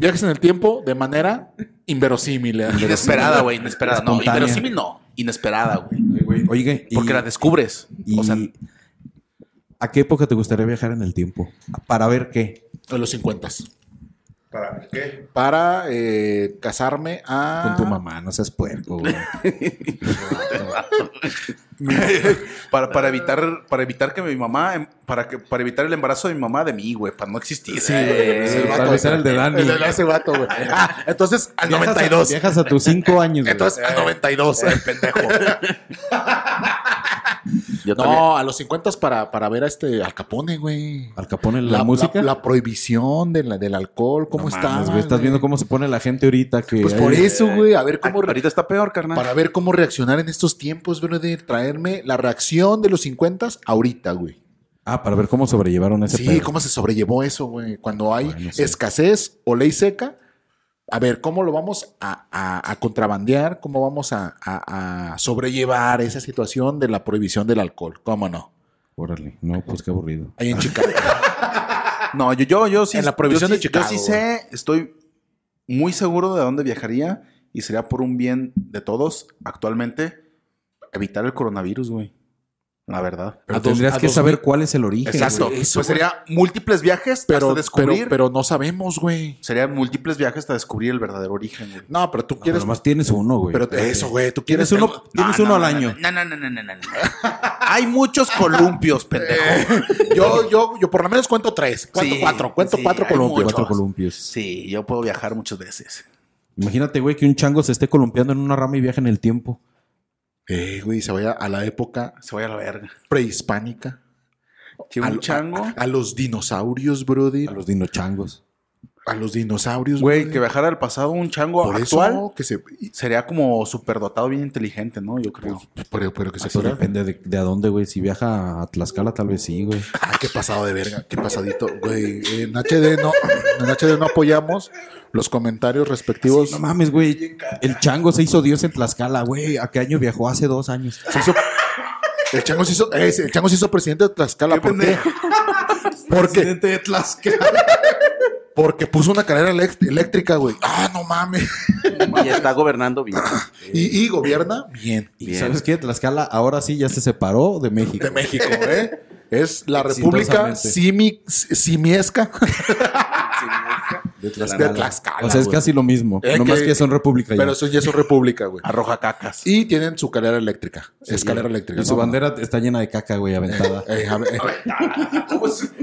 S2: en el tiempo de manera inverosímil. ¿eh?
S3: Inesperada, güey, inesperada. No,
S1: Espontánea.
S3: inverosímil no. Inesperada, güey.
S1: Oye, y-
S3: Porque la descubres.
S1: y-
S3: O sea,
S1: ¿a qué época te gustaría viajar en el tiempo? ¿Para ver qué?
S2: De los 50.
S3: ¿para qué?
S2: Para eh, casarme a.
S1: Con tu mamá, no seas puerco,
S2: [LAUGHS]
S1: güey.
S3: Para, para evitar, para evitar que mi mamá, em- para que, para evitar el embarazo de mi mamá de mí, güey, para no existir. eh,
S2: Sí, güey.
S1: Sí,
S2: ese
S1: para
S2: vato.
S1: besar el de Dani.
S2: El de ese vato,
S1: [LAUGHS]
S2: güey. Ah, entonces al 92.
S1: Viajas a Eh, tus cinco años, güey.
S2: Entonces al 92, el pendejo.
S4: Yo también.
S2: No, a los 50 para, para ver a este Al Capone, güey.
S1: Al Capone, la, música.
S2: La, prohibición de la- del alcohol, cómo
S1: No
S2: está.
S1: mames, güey, Estás viendo cómo se pone la gente ahorita que.
S2: Pues por
S1: Ay,
S2: eso, güey, a ver cómo re-
S4: Ahorita está peor, carnal.
S2: para ver cómo reaccionar en estos tiempos, brother, traerme la reacción de los 50 ahorita, güey.
S1: Ah, para ver cómo sobrellevaron ese
S2: Sí,
S1: pedo.
S2: cómo se sobrellevó eso, güey. Cuando hay
S1: Bueno, sí.
S2: escasez o ley seca, a ver, ¿cómo lo vamos a, a- a contrabandear? ¿Cómo vamos a, a- a sobrellevar esa situación de la prohibición del alcohol? ¿Cómo no?
S1: Órale, no, pues qué aburrido.
S2: Ahí
S1: [LAUGHS]
S2: en Chicago.
S3: No, yo, yo, yo sí.
S2: En la prohibición
S3: yo
S2: de
S3: sí-
S2: Chicago,
S3: Yo sí
S2: güey.
S3: sé, estoy muy seguro de dónde viajaría y sería por un bien de todos actualmente evitar el coronavirus, güey. La verdad.
S1: Pero
S2: A
S1: Ah,
S2: dos-
S1: tendrías
S2: a
S1: que
S2: dos
S1: saber
S2: mil-
S1: cuál es el origen.
S2: Exacto.
S1: güey.
S2: eso,
S3: pues sería múltiples viajes
S2: Pero,
S3: hasta descubrir.
S2: pero, pero no sabemos, güey.
S3: sería múltiples viajes hasta descubrir el verdadero origen, güey.
S2: No, pero tú
S1: No, pero
S2: quieres.
S1: nomás tienes uno, güey.
S2: pero eso, güey. Tú quieres.
S1: Tienes uno, tienes uno al año.
S3: No, no, no, no, no, no. [LAUGHS] Eh. Hay muchos columpios, [LAUGHS] pendejo.
S2: Yo, yo, yo por lo menos cuento tres. Cuento
S3: Sí,
S2: cuatro. Cuento
S3: sí,
S2: cuatro
S3: hay
S2: columpios.
S1: Cuatro
S3: muchos.
S1: columpios.
S3: Sí, yo puedo viajar muchas veces.
S1: Imagínate, güey, que un chango se esté columpiando en una rama y viaje en el tiempo.
S2: Eh, güey, se vaya a la época
S3: Se vaya a la verga.
S2: prehispánica.
S3: Que un
S2: Al-
S3: chango.
S2: A los dinosaurios, brody.
S1: A los dinochangos.
S2: A los dinosaurios,
S3: Güey,
S2: brody.
S3: que viajara al pasado un chango
S2: Por
S3: actual
S2: eso que se. y-
S3: sería como superdotado, bien inteligente, ¿no? Yo creo.
S2: Pero, pero que se
S1: Eso
S2: fuera.
S1: depende de, de a dónde, güey. Si viaja a Tlaxcala, tal vez sí, güey.
S2: Ah, qué pasado de verga. Qué pasadito. Güey, en HD no, en HD no apoyamos los comentarios respectivos.
S1: No mames, güey. El chango se hizo Dios en Tlaxcala, güey. ¿A qué año viajó? Hace dos años.
S2: Se hizo- el chango se hizo, eh, el chango se hizo presidente de Tlaxcala.
S3: Qué
S2: ¿Por qué? [LAUGHS] Porque,
S1: de Tlaxcala.
S2: porque puso una carrera elec- eléctrica, güey. Ah, no mames.
S4: Y está gobernando bien.
S2: Y, y gobierna bien
S1: ¿Y
S4: Bien.
S1: sabes qué? Tlaxcala ahora sí ya se separó de México.
S2: de México, ¿eh? [LAUGHS] Es la República
S1: Exitosamente.
S2: Simi- Simiesca
S1: De
S2: de Tlaxcala.
S1: O sea, es
S2: güey.
S1: casi lo mismo.
S2: Eh,
S1: nomás
S2: que-
S1: que son república ya.
S2: Pero eso ya es una república, güey.
S3: Arroja
S2: [LAUGHS]
S3: cacas.
S2: Y tienen su carrera eléctrica. escalera eléctrica.
S1: Y su
S2: ¿no?
S1: bandera está llena de caca, güey, aventada.
S2: Eh, a ver, eh,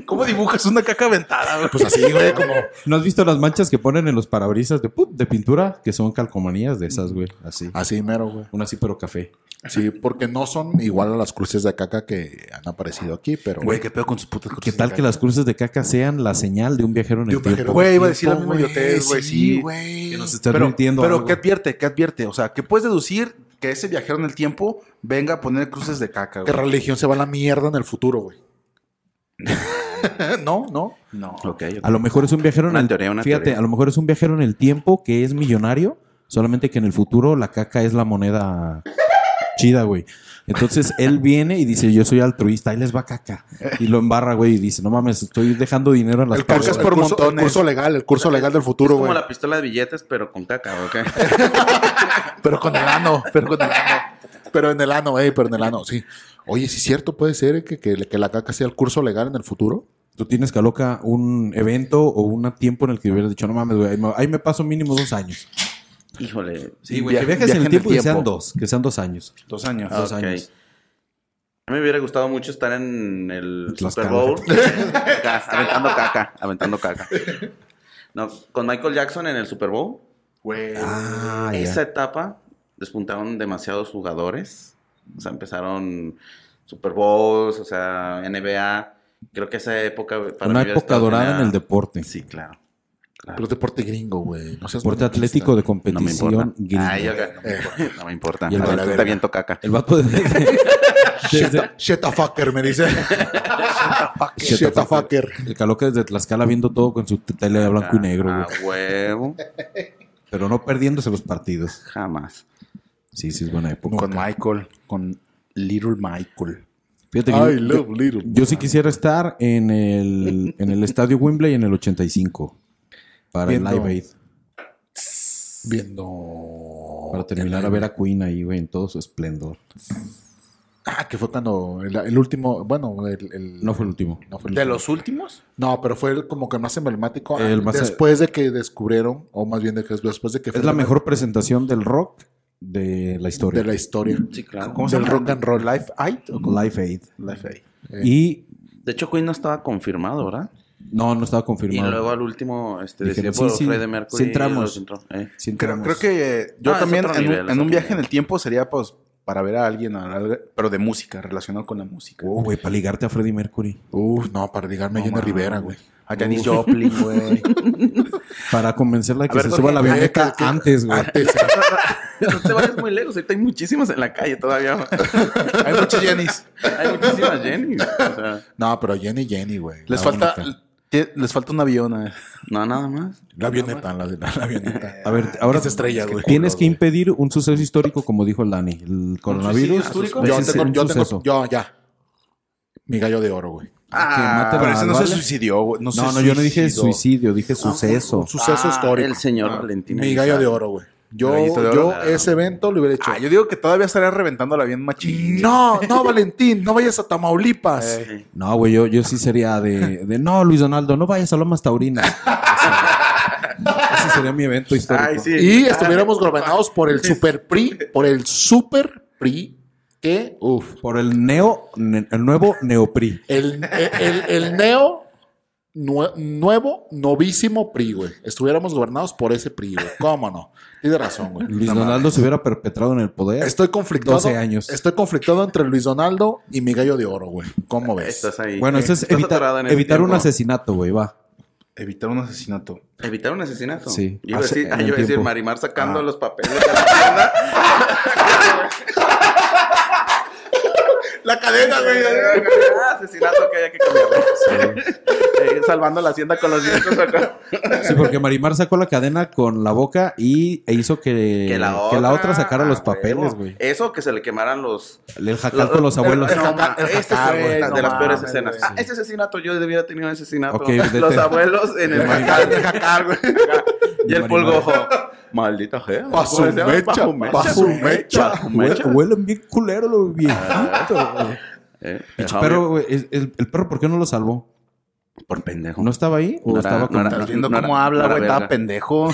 S3: ¿Cómo, dibujas una caca aventada, güey?
S2: pues así, güey, como.
S1: ¿No has visto las manchas que ponen en los parabrisas de, ¡pup! de pintura? Que son calcomanías de esas, güey. Así.
S2: Así mero, güey.
S1: Una así, pero café.
S2: Sí, porque no son igual a las cruces de caca que han aparecido aquí, pero.
S3: Güey, qué pedo con sus putas
S1: ¿Qué tal que las cruces de caca sean la señal de un viajero en el
S2: Yo
S1: tiempo?
S2: viajero.
S3: Güey, iba a decir la misma
S2: Güey,
S3: idiotez, güey,
S2: Sí,
S3: sí.
S2: güey.
S1: Que nos está
S3: Pero,
S1: mintiendo
S3: pero
S1: algo.
S3: ¿qué advierte? ¿Qué advierte? O sea, que puedes deducir que ese viajero en el tiempo venga a poner cruces de caca,
S2: ¿Qué
S3: güey.
S2: religión se va a la mierda en el futuro, güey? [LAUGHS] no, no.
S3: No.
S4: Ok.
S1: A lo mejor es un viajero en
S4: Una
S1: el
S4: teoría, una
S1: Fíjate,
S4: teoría.
S1: a lo mejor es un viajero en el tiempo que es millonario, solamente que en el futuro la caca es la moneda chida, güey. Entonces [LAUGHS] él viene y dice, yo soy altruista, ahí les va caca. Y lo embarra, güey, y dice, no mames, estoy dejando dinero en las
S2: El curso
S1: paredes.
S2: es por
S3: curso- el
S2: montones. El curso
S3: curso
S2: legal, el curso legal del
S4: Es
S2: futuro,
S4: como
S2: güey.
S4: la pistola de billetes, pero con caca, ¿ok?
S2: Pero con el ano, pero con el ano. Pero en el ano, eh, pero en el ano, sí. Oye, si es cierto, puede ser eh, que, que, que la caca sea el curso legal en el futuro.
S1: Tú tienes, Caloca, un evento o un tiempo en el que hubieras dicho, no mames, güey, ahí me- ahí me paso mínimo dos años.
S4: Híjole.
S1: Sí, güey, que
S3: Via-
S1: viajes en
S3: viaje
S1: el
S3: en el
S1: tiempo, y
S3: tiempo.
S1: sean dos, que sean dos años.
S3: Dos años.
S1: Ah. dos
S4: ok.
S1: años.
S4: A mí me hubiera gustado mucho estar en el Super
S1: Tlaxcala.
S4: Bowl.
S1: [LAUGHS]
S4: Acá, [LAUGHS] aventando caca, aventando caca. No, con Michael Jackson en el Super Bowl.
S3: Güey.
S1: Ah,
S4: esa etapa despuntaron demasiados jugadores. O sea, empezaron Super Bowls, o sea, NBA. Creo que esa época güey, para
S1: Una
S4: mí hubiera
S1: época
S4: estado
S1: dorada
S4: genial.
S1: en el deporte.
S4: Sí, claro.
S2: Pero es deporte gringo, güey. No seas
S1: Deporte
S2: mamadista.
S1: atlético de
S4: No me
S1: competición
S4: importa.
S1: gringa. Eh.
S4: Ah, yo- no, me importa, no me importa.
S1: Y el
S4: A ver,
S2: vale
S4: tú
S2: verga.
S4: te aviento caca.
S1: El vato de-
S2: Shut
S1: desde,
S2: a- shut a fucker,
S1: [LAUGHS]
S2: me dice. Shut a fucker.
S1: el Caloca desde Tlaxcala viendo todo con su tele de blanco y negro,
S4: A
S1: güey.
S4: Ah, huevo.
S1: Pero no perdiéndose los partidos.
S4: Jamás.
S1: Sí, sí, es buena época.
S3: Con Michael. Con Little Michael.
S1: Fíjate que
S2: I
S1: yo,
S2: love little.
S1: yo sí quisiera estar en el, en el estadio Wembley en el 85 para el
S2: Viendo-
S1: Live Aid.
S2: Viendo.
S1: Para terminar a ver a Queen ahí, güey, en todo su esplendor.
S2: Ah, que fue cuando el, el último. Bueno, el. el-
S1: No fue el último.
S2: no fue el
S3: ¿De
S2: último.
S3: los últimos?
S2: No, pero fue el, como que más emblemático.
S1: El
S2: ah,
S1: más- eh,
S2: después de que descubrieron, o más bien de que, después de que
S1: Es la mejor presentación del rock de la historia.
S2: de la historia.
S4: Sí, claro.
S3: ¿Cómo se
S2: Del
S3: llama?
S2: rock and roll.
S3: Life Aid.
S1: Live Aid.
S3: Life Aid.
S2: Eh,
S1: Y
S4: De hecho, Queen no estaba confirmado, ¿verdad?
S1: no, no estaba
S4: Y
S1: confirmado.
S4: luego al último, este,
S1: Dijeron,
S4: decidió por
S1: sí, sí,
S4: Freddie Mercury.
S1: sí entramos.
S4: y los entró, eh. [LAUGHS]
S1: Sí
S3: Creo,
S1: entramos.
S3: creo que yo
S4: No, es
S3: también
S4: otro
S3: en, un-
S4: nivel, es
S3: en un
S4: otro
S3: viaje en
S4: nivel.
S3: el tiempo sería pues para ver a alguien, a la- pero de música, relacionado con la música.
S1: Oh, güey, para ligarte a Freddie Mercury.
S2: Uf, no, para ligarme a
S3: No
S2: Jenny
S3: mames.
S2: Rivera, güey.
S3: A Janis Joplin,
S2: [LAUGHS]
S3: güey.
S1: Para convencerla de que
S3: ver,
S1: se
S3: Jorge,
S1: suba a la
S2: Ay,
S1: avioneta
S2: que- que-
S1: antes, güey.
S2: Antes.
S4: No te vayas muy lejos, ahorita hay muchísimas en la calle todavía.
S3: Hay muchas Janis.
S4: Hay muchísimas Jenny. O sea,
S2: No, pero Jenny, Jenny, güey.
S3: Les
S2: La
S3: falta
S2: única.
S3: tie- les falta un avión. eh.
S4: no, nada más.
S2: La avioneta, la, la- la avioneta.
S1: A ver, ahora
S2: Es estrella, güey.
S1: tienes
S2: Culo,
S1: que
S2: güey.
S1: impedir un suceso histórico, como dijo el Dani. El coronavirus.
S4: suicidio histórico?
S1: ese
S2: Yo
S1: es
S2: tengo,
S1: un
S2: yo tengo-
S1: suceso.
S2: yo ya. Mi gallo de oro, güey.
S1: Ah,
S3: pero ese no
S1: ¿vale?
S3: se suicidió, güey. No, se
S1: No, no, yo no dije
S3: suicidó.
S1: suicidio, dije
S2: Un
S1: suceso.
S2: suceso
S4: Ah,
S2: histórico.
S4: El señor Valentín.
S2: Mi
S4: Elizalde.
S2: gallo de oro, güey. Yo,
S3: Gallito de oro,
S2: yo
S4: claro.
S2: ese evento lo hubiera hecho.
S3: Ah, yo digo que todavía estaría reventándola bien machín.
S2: no, no, Valentín, no vayas a Tamaulipas.
S3: Eh,
S1: No, güey, yo, yo sí sería de, de, no, Luis Donaldo, no vayas a Lomas Taurinas. Ese sería mi evento histórico.
S4: Ay, sí.
S2: y
S4: Ah,
S2: estuviéramos gobernados por el Super PRI, por el Super PRI, que, uff,
S1: Por el neo, ne- el nuevo neopri.
S2: el, el, el neo nue- nuevo, novísimo PRI, güey. Estuviéramos gobernados por ese PRI, güey. ¿Cómo no? Tienes razón, güey.
S1: Luis Donaldo se hubiera perpetrado en el poder.
S2: Estoy conflictado.
S1: 12 años.
S2: Estoy conflictado entre Luis Donaldo y mi gallo de oro, güey. ¿Cómo ves?
S4: Estás ahí.
S1: Bueno, eso es
S4: Estás
S1: evitar,
S4: atorado en ese
S1: evitar un
S4: tiempo.
S1: asesinato, güey, va.
S3: Evitar un asesinato.
S4: Evitar un asesinato.
S1: Sí.
S4: Yo iba a
S1: Hace-
S4: decir,
S1: en
S4: ah,
S1: el
S4: yo iba a decir
S1: tiempo. Ah.
S4: Marimar sacando los papeles de la tienda.
S3: La cadena,
S1: [LAUGHS]
S4: Ah, asesinato que haya que cambiarlo. [LAUGHS] Eh, salvando la hacienda con los dientes acá.
S1: Sí, porque Marimar sacó la cadena con la boca y e hizo que, que la, otra, sacara
S4: ah,
S1: los papeles,
S4: huevo.
S1: güey.
S4: Eso que se le quemaran los.
S1: El jacal con los
S4: el-
S1: abuelos. [LAUGHS]
S4: el jacal-
S3: ma- el
S4: este
S3: jacal,
S4: fue
S3: güey,
S4: la-
S3: no
S4: de las peores
S3: mames,
S4: escenas.
S3: güey.
S4: Ah, este asesinato, yo debiera tener un asesinato.
S1: Ok, vete.
S4: los abuelos en el jacal.
S3: El jacal, güey.
S4: y el
S1: Marimar.
S4: polgojo. Maldita gea.
S1: Oh,
S2: Paso
S3: Pues,
S4: ¿Cómo se llama?
S2: mecha,
S4: Bajo
S2: paso mecha.
S4: bajo mecha.
S1: Hue- Huelen bien culero los viejitos, güey.
S4: Eh, el
S1: Pinche
S4: Javier,
S1: perro, güey, es- el, el perro, ¿por qué no lo salvó?
S4: Por pendejo.
S1: ¿No estaba ahí? ¿O
S4: No era-
S1: estaba
S4: no
S1: con
S4: era-
S3: Estás viendo
S4: No
S3: cómo
S4: era-
S3: habla,
S4: no era
S3: güey. Estaba
S4: verga.
S3: pendejo.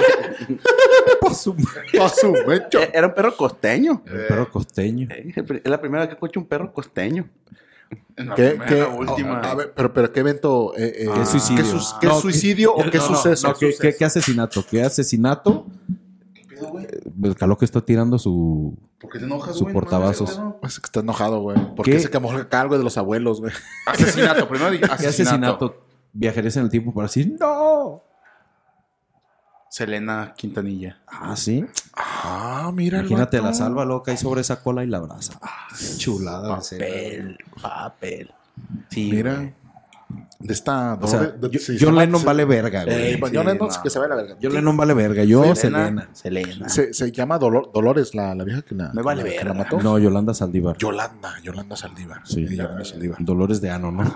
S1: [LAUGHS] Por su-
S2: Pa' su mecho.
S4: Eh, Era un perro costeño.
S1: El perro costeño.
S4: Eh, Es la primera vez que escucho un perro costeño.
S3: En la
S2: ¿Qué,
S3: primera,
S2: qué-
S3: última.
S2: A ver, pero, pero ¿qué evento? eh, eh,
S1: ¿Qué suicidio?
S2: ¿Qué, sus- qué
S1: No,
S2: suicidio o qué
S1: No, no,
S2: suceso?
S1: no, ¿qué, qué- qué asesinato? ¿Qué asesinato? Eh, El calor que está tirando su...
S3: ¿Por qué te enojas,
S1: Su
S3: güey? No mames,
S1: portavasos.
S3: ¿qué pedo?
S2: Es que está enojado, güey. Porque
S1: ¿Qué?
S2: se quemó el cargo de los abuelos, güey.
S3: Asesinato. Primero dije
S1: ¿Qué
S3: asesinato.
S1: asesinato viajarías en el tiempo para decir no?
S3: Selena Quintanilla.
S1: Ah, sí.
S2: Ah, mira. el
S1: Imagínate,
S2: vato.
S1: la salva loca y sobre esa cola y la abraza. Ah, qué chulada. de escena.
S3: Papel. Papel. Sí.
S2: Mira. de esta.
S1: O sea,
S2: de- de-
S1: yo-
S2: sí,
S1: John
S2: se-
S1: Lennon
S2: se-
S1: vale verga,
S2: Eh,
S1: güey.
S2: John
S1: Sí,
S2: Lennon,
S1: no.
S2: que se vaya a la verga.
S1: John Lennon vale verga. Yo, Selena.
S4: Selena. Selena.
S2: Se, se llama Dolor- Dolores, la, la vieja que la,
S3: Me vale
S2: que la- que la
S3: verga.
S2: mató.
S1: No, Yolanda Saldívar.
S2: Yolanda, Yolanda Saldívar.
S1: Sí.
S2: Eh, Yolanda Saldívar.
S1: Dolores de Ano, ¿no? [LAUGHS]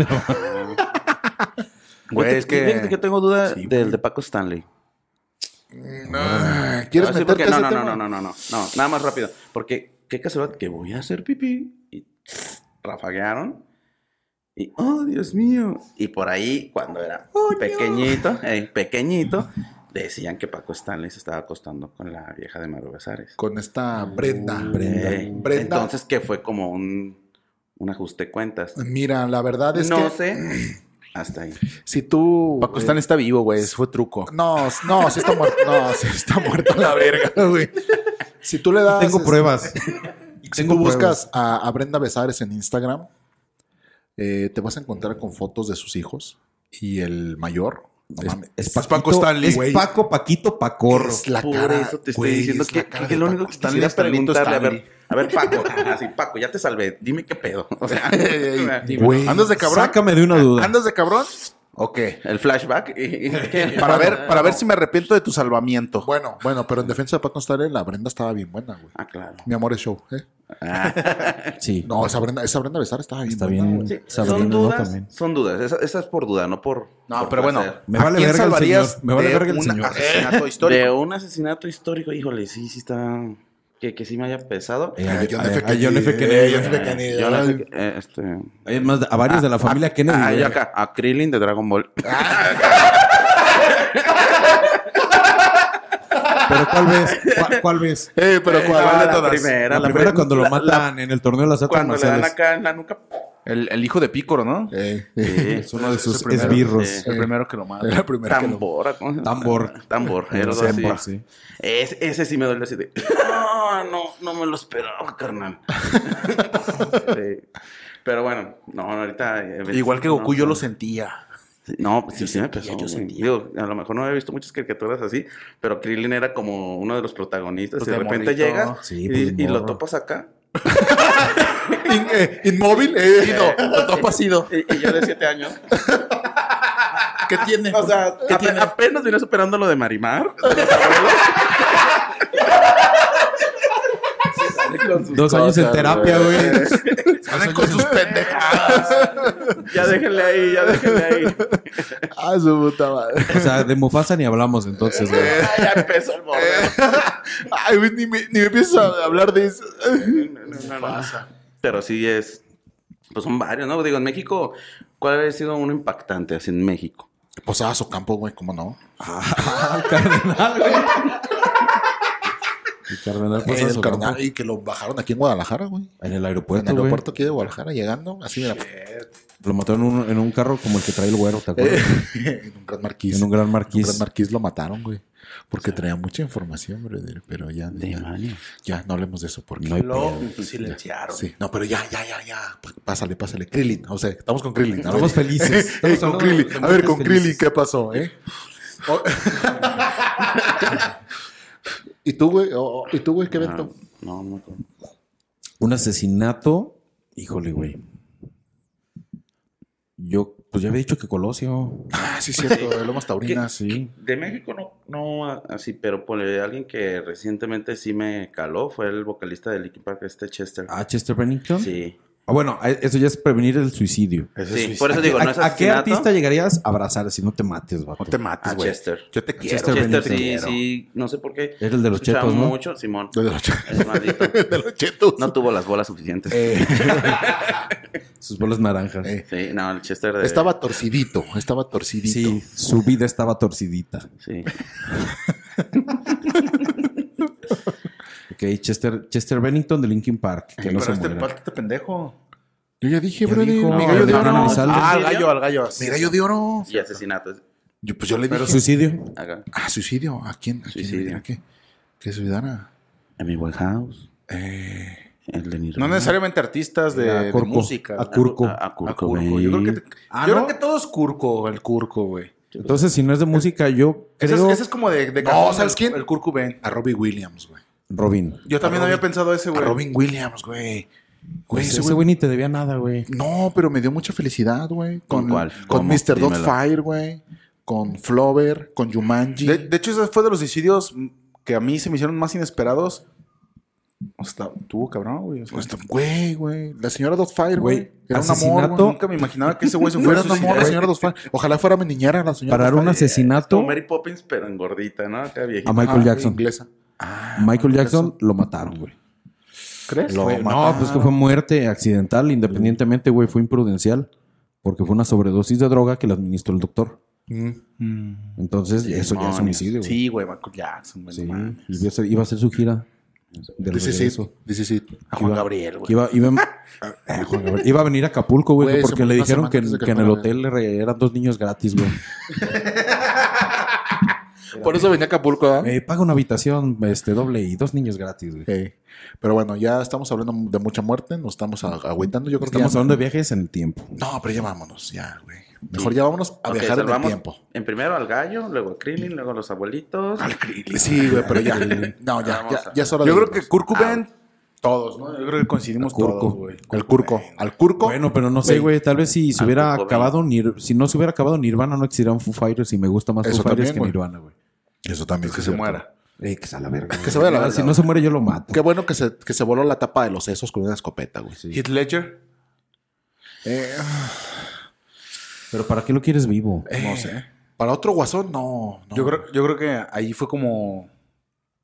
S4: Güey,
S3: Yo te-
S4: es que.
S3: fíjate que
S4: yo tengo duda
S2: Sí,
S4: del de Paco Stanley.
S2: Ah, ¿Quieres
S4: Ah, sí,
S2: meterte
S4: porque-
S2: a
S4: Mm, no,
S2: ese
S4: no,
S2: tema?
S4: no, no, no, no, no, nada más rápido. Porque qué casualidad que voy a hacer pipí. Y rafaguearon. Y, oh, Dios mío. Y por ahí, cuando era
S2: Oh,
S4: pequeñito, eh, pequeñito, decían que Paco Stanley se estaba acostando con la vieja de Maru Besares.
S2: Con esta
S1: Mm,
S2: Brenda.
S1: Brenda.
S4: Eh,
S2: Brenda.
S4: Entonces, que fue como un, un ajuste de cuentas.
S2: Mira, la verdad es
S4: No
S2: que
S4: sé. Hasta ahí.
S2: si tú.
S3: Paco
S2: eh,
S3: Stanley está vivo, güey. Eso fue truco.
S2: No, no, si está muerto. No, si está muerto la verga, güey. Si tú le das.
S1: Tengo
S2: este,
S1: pruebas.
S2: Si
S1: Tengo
S2: tú
S1: pruebas.
S2: buscas a, a Brenda Besares en Instagram, eh, te vas a encontrar con fotos de sus hijos y el mayor. no mames,
S1: Paquito- Es
S3: [LAUGHS]
S1: Paco, Paquito, Pacorro.
S2: Es la
S4: Por
S2: cara,
S4: eso te estoy
S2: güey,
S4: diciendo
S2: es la
S4: que,
S2: cara
S4: que- que
S2: de
S4: lo
S2: Paco.
S4: único que
S3: Quisiera
S4: quisiera preguntarle, a ver,
S3: Stanley.
S4: a ver, Paco, [LAUGHS] así, Paco, ya te salvé, dime qué pedo. [LAUGHS] O sea,
S2: Güey,
S3: ¿Andas de cabrón?
S1: Sácame de una duda.
S3: ¿Andas de cabrón? Ok.
S4: el flashback.
S3: [LAUGHS]
S4: y- y-
S3: Para ver, para ver si me arrepiento de tu salvamiento.
S2: Bueno, bueno, pero en defensa de Paco Stanley, la Brenda estaba bien buena, güey.
S4: Ah, claro.
S2: Mi amor es show, ¿eh?
S1: [LAUGHS]
S4: Ah,
S1: Sí.
S2: No, esa Brenda, esa Brenda Besares estaba bien
S1: Está
S2: buena,
S1: bien.
S2: güey.
S4: sí,
S1: Sabrina,
S4: son
S1: ¿no?
S4: dudas,
S1: También.
S4: son dudas. Esa, esa es por duda, no por.
S3: No,
S4: por
S3: pero bueno,
S4: placer.
S1: Me
S3: ¿A
S1: vale
S3: quién
S1: verga el señor.
S3: salvarías
S1: Me vale
S3: de
S1: verga el
S3: un
S1: señor.
S3: asesinato
S4: De
S3: histórico?
S4: un asesinato histórico, híjole, sí, sí está. Que, que sí me haya pesado.
S1: Eh,
S2: A John
S1: a-
S2: F.
S1: a John F.
S2: Kennedy,
S1: Kennedy.
S2: a John F.
S4: Eh,
S2: Kennedy,
S4: yo no sé
S2: ay.
S4: qué- eh, este,
S1: Además, a varios de la familia Kennedy.
S4: ah,
S1: güey.
S4: yo acá, a Krillin de Dragon Ball.
S1: Pero ¿cuál
S4: [LAUGHS]
S1: ves? ¿Cuál, cuál ves?
S2: Eh, pero cuál,
S4: Ah,
S2: ¿Cuál de
S4: la
S2: todas?
S4: primera,
S1: La,
S4: la
S1: primera
S4: prim-
S1: cuando lo
S4: la-
S1: matan
S4: la-
S1: en el torneo de las artes
S4: [LAUGHS] cuando le dan
S1: marciales.
S4: acá en la nuca.
S3: El, el hijo de Pícoro, ¿no?
S2: Eh,
S4: Sí,
S1: [LAUGHS] Es uno de
S3: Ese
S1: sus
S3: primero.
S1: esbirros.
S4: Sí.
S3: El primero que lo mata.
S1: [LAUGHS]
S2: era la primera que lo-
S4: Tambora, ¿cómo se llama?
S1: Tambor.
S4: Tambor, era algo así.
S1: Siempre, sí.
S4: Ese- ese sí me duele así de. "Ah, no, no me lo esperaba, carnal. [LAUGHS] Sí. Pero bueno, no, ahorita. eh,
S3: Igual que Goku,
S4: no,
S3: yo
S4: no.
S3: lo sentía.
S4: No, sí, sí me pesó.
S3: yo
S4: güey.
S3: sentía.
S4: Digo, a lo mejor no había visto muchas caricaturas así, pero Krillin era como uno de los protagonistas.
S3: Pues
S4: y de
S3: de
S4: repente
S3: morrito.
S4: llegas
S1: Sí,
S4: y-
S1: pues,
S4: y, lo
S1: morro.
S4: topas acá.
S2: In- eh, inmóvil, eh, no, lo topas ido.
S4: Y, y yo de siete años. [LAUGHS]
S2: ¿Qué tiene?
S4: O sea,
S2: ¿Qué
S4: ape-
S2: tiene?
S4: apenas vino superando lo de [LAUGHS] Marimar.
S1: Dos años en terapia, güey.
S2: Salen con sus pendejadas.
S4: Ya déjenle ahí, ya déjenle ahí.
S2: Ah, su puta madre.
S1: O sea, de Mufasa ni hablamos entonces, güey.
S2: Eh,
S4: ya empezó el borde.
S2: Ay, güey, ni me, ni me empieces a hablar de eso.
S4: No, no, no, no. Pero sí es. Pues son varios, ¿no? Digo, en México, ¿cuál ha sido uno impactante así en México?
S2: Posadas o campo, Pues güey, ¿cómo no?
S1: Al cardenal, güey. El cardenal pasa
S2: el
S1: su
S2: carnal,
S1: campo.
S2: y que lo bajaron aquí en Guadalajara, güey.
S1: En el
S2: En
S1: aeropuerto,
S2: el
S1: güey.
S2: aeropuerto aquí de Guadalajara, llegando, así de la...
S1: Lo mató en un, en un carro como el que trae el güero, ¿te acuerdas?
S2: [LAUGHS] en un gran marquís.
S1: En un gran
S2: En Eh, un
S1: marquís.
S2: gran marquís lo mataron, güey. Porque traía mucha información, brother, pero ya, ya, ya, no hablemos de eso porque...
S1: No hay
S3: [LAUGHS] Lo
S1: pedo.
S3: silenciaron.
S2: Sí, no, pero ya, ya, ya, ya. P- Pásale, pásale. Krillin, o sea, estamos con [LAUGHS] Krillin. a ver.
S1: Estamos felices. Estamos
S2: Eh, con
S1: hablando
S2: Krillin.
S1: de
S2: A ver, con
S1: muertes
S2: Krillin,
S1: felices. Oh.
S2: ¿qué pasó? eh? O- ¿Y tú, güey? O- o- ¿Y tú, güey?
S1: Ah.
S2: ¿Qué evento?
S4: Ah, No, no, me acuerdo.
S1: Un asesinato. Híjole, güey. Yo, pues ya había dicho que Colosio.
S2: Ah, sí, cierto, de Lomas Taurinas.
S1: Sí.
S4: De México no, no a- así, pero por alguien que recientemente sí me caló fue el vocalista de Linkin Park, este Chester.
S1: ¿A ah, Chester Bennington?
S4: sí.
S1: Ah, bueno, a- eso ya es prevenir el suicidio.
S3: Ese
S4: Sí,
S3: es
S4: por eso digo,
S1: ¿A,
S4: no es
S1: a qué
S4: asesinato,
S1: artista llegarías a abrazar si no te mates, vato?
S3: No te mates,
S4: A
S3: güey.
S4: Chester.
S3: Yo te quiero.
S1: Chester
S4: Chester,
S1: Bennington.
S4: sí, sí, no sé por qué.
S1: Era el de los
S4: Escuchaba
S1: chetos, ¿no?
S4: mucho, Simón.
S2: De los, [LAUGHS]
S4: Es maldito.
S2: de los chetos.
S4: No tuvo las bolas suficientes.
S2: Eh,
S1: Sus bolas naranjas.
S2: eh,
S4: Sí, no, el Chester de...
S2: estaba torcidito, estaba torcidito.
S1: Sí, su vida estaba torcidita.
S4: Sí.
S1: Ok, Chester, Chester Bennington de Linkin Park, que no se
S3: Pero este
S1: muera.
S3: parte este pendejo.
S2: Yo ya dije,
S1: Ya
S2: brother,
S1: dijo. No,
S2: mi gallo de
S1: no,
S2: oro.
S1: no, no.
S2: Ah,
S3: Ah, al gallo, al gallo.
S2: mi gallo de oro.
S4: Y asesinatos.
S2: Yo, pues yo le dije.
S1: Pero suicidio.
S4: Acá.
S2: Ah, suicidio. ¿A quién? ¿A quién?
S4: Suicidio.
S2: ¿A qué? ¿Qué suicidara?
S4: En mi buen house.
S2: Eh,
S4: El de
S3: No necesariamente artistas de,
S1: Ah,
S3: de
S1: Curco.
S3: música.
S1: Ah, Curco.
S4: A, a
S3: Ah,
S4: Curco,
S3: Curco. Yo creo que, te-
S1: Ah,
S3: yo
S1: ¿no?
S3: creo que todo es Curco, el Curco, güey.
S1: Entonces, si no es de música, yo
S3: Ese, es-
S1: creo...
S3: ese es como de, de
S2: No,
S3: cajón,
S2: ¿sabes
S3: el-
S2: quién?
S3: El Curco Ben.
S2: a Robbie Williams, güey.
S1: Robin.
S3: Yo también
S2: A
S3: había
S2: Robin-
S3: pensado ese,
S2: A
S3: güey.
S2: Robin Williams, güey. Güey,
S1: Pues
S2: ese
S1: ese
S2: güey-
S1: güey ni te debía nada, güey.
S2: No, pero me dio mucha felicidad, güey.
S4: ¿Con
S2: Con,
S4: cuál?
S2: Con
S4: ¿Cómo?
S2: Mr.
S4: Dímelo.
S2: Dogfire, güey. Con Flover, con Jumanji.
S3: De, de hecho, ese fue de los suicidios que a mí se me hicieron más inesperados. Hasta tú, cabrón, güey. o sea,
S2: Pues, Güey, güey. La señora Dogfire, güey.
S1: Güey,
S2: Era un amor,
S1: asesinato.
S2: güey.
S3: nunca me imaginaba que
S2: [LAUGHS]
S3: ese güey se
S2: Fuera
S3: fuera a
S2: un amor la
S3: suicidar.
S2: señora Dogfire. Ojalá fuera mi niñera la señora
S1: Parar un
S2: Dogfire.
S1: asesinato
S4: Como eh, Mary Poppins, pero engordita, ¿no? Acá viejita.
S1: a Michael
S2: Ah,
S1: Jackson.
S2: Inglesa.
S1: Michael Jackson lo mataron, güey.
S3: ¿Crees?
S2: Lo
S3: Fue-
S2: ma-
S1: No, pues que fue muerte accidental, independientemente, güey, fue imprudencial. Porque fue una sobredosis de droga que le administró el doctor.
S2: Mm.
S1: Entonces, eso ya es homicidio, güey.
S3: Sí, güey, Michael Jackson, güey.
S1: Sí,
S3: no mames.
S1: iba a ser, iba a ser su gira. De
S2: This is it.
S1: regreso.
S2: This is it.
S3: A Juan
S1: iba-
S3: Gabriel,
S1: Que
S3: güey.
S1: iba,
S2: [LAUGHS]
S1: iba, Ah, Juan Gabriel. Iba a venir a Acapulco, güey,
S2: Güey, se
S1: porque
S2: murió
S1: le
S2: una
S1: dijeron
S2: semana
S1: que,
S2: antes de que
S1: que en el
S2: fuera,
S1: hotel le re- eran dos niños gratis,
S2: [LAUGHS]
S1: güey.
S2: Por eso venía a Acapulco, ¿verdad?
S1: Eh, paga una habitación este, doble y dos niños gratis, güey.
S2: Ey. Pero bueno, ya estamos hablando de mucha muerte, nos estamos a- aguantando. Yo creo que
S1: Estamos
S2: ya-
S1: hablando de viajes en el tiempo.
S2: No, pero ya vámonos, ya, güey. Mejor ya vámonos a
S4: Ok,
S2: viajar en el
S4: salvamos
S2: tiempo.
S4: En primero al gallo, luego a Krillin, luego a los abuelitos.
S2: Sí, güey,
S1: [LAUGHS]
S2: pero ya. No, ya,
S4: Vamos
S2: ya,
S4: a-
S2: ya es hora
S3: Yo
S2: de
S3: creo que
S2: irnos. Ah,
S3: Curcuben, todos, Ah, pues, ¿no? Yo creo que coincidimos
S1: A Curco.
S3: todos, Oh, güey.
S2: Al curco. Al curco.
S1: Bueno, pero no sé, güey. Tal vez si se hubiera
S4: Acapulco,
S1: acabado, Nir- si no se hubiera acabado Nirvana, no existirían Foo Fighters y me gusta más
S2: Eso
S1: Foo Fighters
S2: también,
S1: que
S2: güey.
S1: Nirvana, güey.
S2: Eso también.
S3: Que
S2: es
S3: se
S2: cierto.
S3: muera.
S1: Eh, que se a la verga.
S2: Que se vaya a la
S1: güey.
S2: verga,
S1: Si no se muere, yo lo mato.
S2: Qué bueno que se, que se voló la tapa de los sesos con una escopeta, güey. Eh,
S3: Heath Ledger.
S1: Pero ¿para qué lo quieres vivo?
S2: No sé. Para otro guasón, no. no.
S3: Eh. Yo, creo, yo creo que ahí fue como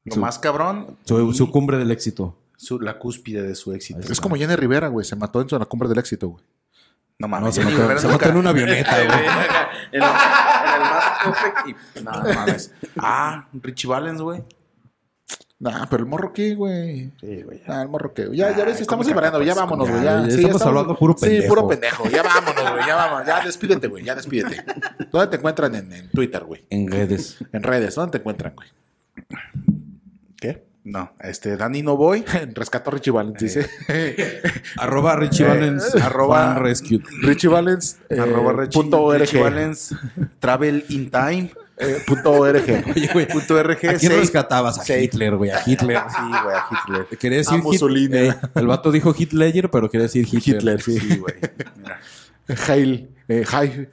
S3: lo
S1: Su-
S3: más cabrón.
S1: Su,
S3: y
S1: su cumbre del éxito.
S3: su- la cúspide de su éxito.
S2: Es como Jenny Rivera, güey. Se mató en la cumbre del éxito, güey.
S3: No
S1: No,
S3: mames.
S1: se
S3: Jenny
S1: mató,
S3: Rivera
S1: se
S3: nunca-
S1: mató en una avioneta,
S4: Ay,
S1: güey.
S2: [LAUGHS]
S4: güey, acá, en, el, en el más tope y-
S3: No, no mames. Ah, Richie Valens, güey.
S2: Nah, pero el morro qué, güey.
S3: Sí, güey.
S2: Ah, el morro qué. güey. Ya,
S3: Ah,
S2: ya ves, estamos
S3: como
S2: separando. Ya
S3: cacapas,
S2: vámonos,
S1: como-
S2: güey. Ya,
S1: Ya, ya
S2: Sí,
S1: estamos hablando puro
S2: Sí,
S1: pendejo.
S2: puro pendejo. Ya vámonos, güey. Ya vámonos. Ya despídete, güey. Ya
S3: [LAUGHS]
S2: despídete. ¿Dónde te encuentran en, en Twitter, güey?
S1: En redes.
S2: En redes. ¿Dónde te encuentran, güey?
S3: ¿Qué? No, este, Dani no voy.
S2: [LAUGHS] En Rescato a Richie Valens, dice.
S1: Arroba Richie
S3: Eh,
S1: Valens.
S3: arroba-
S1: Fan Rescue.
S2: Richie Valens. eh,
S3: [LAUGHS] arroba Richie,
S2: punto org. [LAUGHS]
S3: Richie Valens. Travel in time.
S2: Eh, punto
S3: [LAUGHS]
S2: org.
S1: Oye, güey.
S3: Punto RG.
S1: ¿A quién
S3: safe.
S1: rescatabas? A
S3: Safe.
S1: Hitler, güey. A
S2: [LAUGHS]
S1: Hitler.
S3: Sí, güey, a Hitler.
S1: Quería decir
S2: A Mussolini.
S1: Hit- eh, el vato dijo Hitler, pero quería decir Hitler.
S2: Hitler, sí.
S3: Sí, güey. Mira.
S2: Heil, eh, High,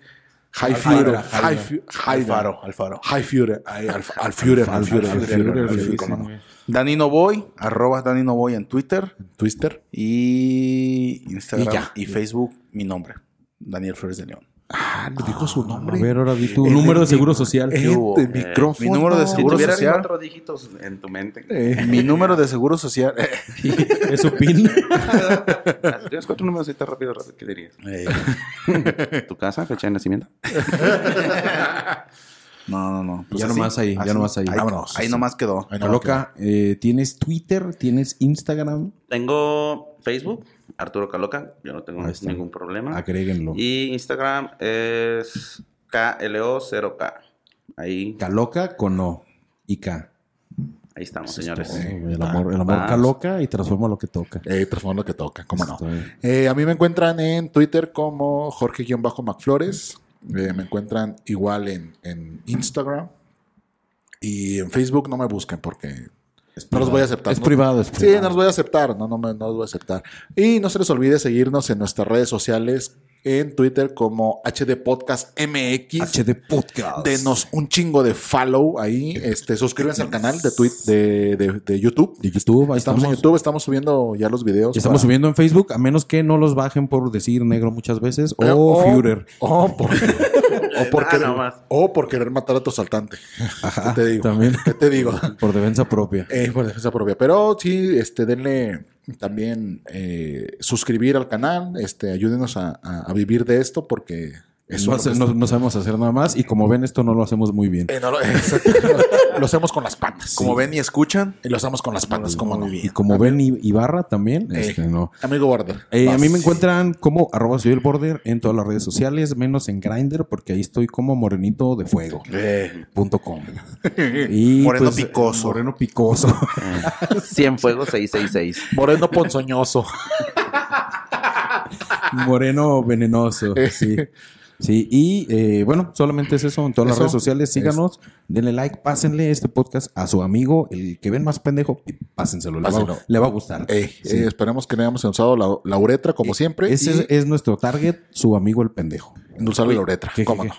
S2: High Führer,
S1: Alfaro,
S2: High Fu- High-
S3: Alfaro, Alfaro.
S2: High Führer, ay, Alf- al Führer, al Führer, al Führer, al Führer, cómo no.
S3: Dani no voy. Arroba Dani no voy en Twitter.
S2: Twister.
S3: Y
S2: Y
S3: Instagram
S2: ya.
S3: y, Facebook, mi nombre. Daniel Flores de León.
S2: Ah, le dijo su nombre.
S1: A ver, ahora vi tu
S2: El
S1: número de
S2: del-
S1: seguro social.
S2: Eh,
S3: ¿Qué hubo?
S2: el micrófono.
S3: Mi número de
S4: Si
S3: Seguro
S4: tuvieras
S3: social.
S4: cuatro dígitos en tu mente.
S2: Eh,
S3: Mi número de seguro social.
S1: Es su
S2: [LAUGHS]
S1: pin.
S4: Si tuvieras cuatro números ahorita rápido, rápido, ¿qué dirías?
S2: Eh,
S4: ¿Tu casa? ¿Fecha de nacimiento?
S3: [LAUGHS] No, no, no.
S2: Pues
S3: pues
S1: Ya nomás ahí, ya nomás ahí.
S3: Ahí,
S1: Vámonos.
S3: ahí nomás quedó.
S2: Ahí no va a quedar.
S1: Caloca, eh, ¿tienes Twitter? ¿Tienes Instagram?
S4: Tengo Facebook, Arturo Caloca. Yo no tengo
S1: Ahí está.
S4: ningún problema.
S1: Agréguenlo.
S4: Ah. Y Instagram es KLO0K. Ahí,
S1: Caloca con O y K.
S4: ahí estamos, señores.
S1: Eh, güey, el amor, el amor
S4: Vamos.
S1: caloca y transforma lo que toca.
S2: Eh, transforma lo que toca, cómo no.
S1: Está bien.
S2: Eh, a mí me encuentran en Twitter como Jorge-MacFlores. Eh, me encuentran igual en, en Instagram. Y en Facebook no me busquen porque no los voy a aceptar.
S1: Es
S2: ¿no?
S1: privado, es
S2: Sí,
S1: privado.
S2: no los voy a aceptar, no, no, me- no los voy a aceptar. Y no se les olvide seguirnos en nuestras redes sociales, en Twitter como HD Podcast MX.
S1: HD Podcast.
S2: Denos un chingo de follow ahí. Este, suscríbanse al canal de, tweet, de, de- de YouTube.
S1: De YouTube, ahí
S2: Estamos
S1: estamos.
S2: en YouTube, estamos subiendo ya los videos.
S1: Estamos
S2: para-
S1: subiendo en Facebook, a menos que no los bajen por decir negro muchas veces o
S2: Eh,
S1: Führer.
S2: O
S3: [LAUGHS]
S2: por, o, por
S4: Ah,
S2: querer,
S4: no más.
S2: o por querer matar a tu asaltante.
S1: Ajá,
S2: ¿Qué te digo?
S1: También
S2: ¿Qué te digo?
S1: por defensa propia.
S2: Eh, por defensa propia. Pero sí, este, denle también eh, suscribir al canal. Este, ayúdenos a, a- a vivir de esto porque [LAUGHS] eso
S1: no,
S2: es lo
S1: hace-
S2: que
S1: no- no sabemos hacer nada más y como ven esto no lo hacemos muy bien.
S2: es- Eh, no lo- exacto. lo [LAUGHS] hacemos con las patas.
S3: Como ven y escuchan.
S2: Y lo hacemos con las patas, Pues como no.
S1: Y como ven I- Ibarra también,
S2: Eh.
S1: este, no.
S2: Amigo Border.
S1: Eh, a mí me
S2: vas.
S1: encuentran como arroba soy el border en todas las redes sociales, menos en Grindr, porque ahí estoy como morenito de fuego.
S2: Eh.
S1: Punto
S2: [LAUGHS]
S1: com. Y, pues,
S2: Moreno picoso.
S1: Moreno picoso. [LAUGHS]
S4: 100 fuegos 666.
S2: Moreno
S1: [LAUGHS]
S2: ponzoñoso.
S1: moreno venenoso. Sí. Sí, y eh, bueno, solamente es eso en todas las
S2: Eso.
S1: redes sociales. Síganos, denle like, pásenle este podcast a su amigo, el que ven más pendejo, pásenselo, le va- Le,
S2: Pásenlo.
S1: va, a gustar.
S2: Eh,
S1: Sí.
S2: eh, esperemos que no hayamos endulzado la, la uretra, como siempre.
S1: Eh, Ese
S2: y
S1: es, es nuestro target, su amigo el pendejo.
S2: endulzarle la uretra.
S1: ¿Qué, qué,
S2: ¿Cómo
S1: qué?
S2: no?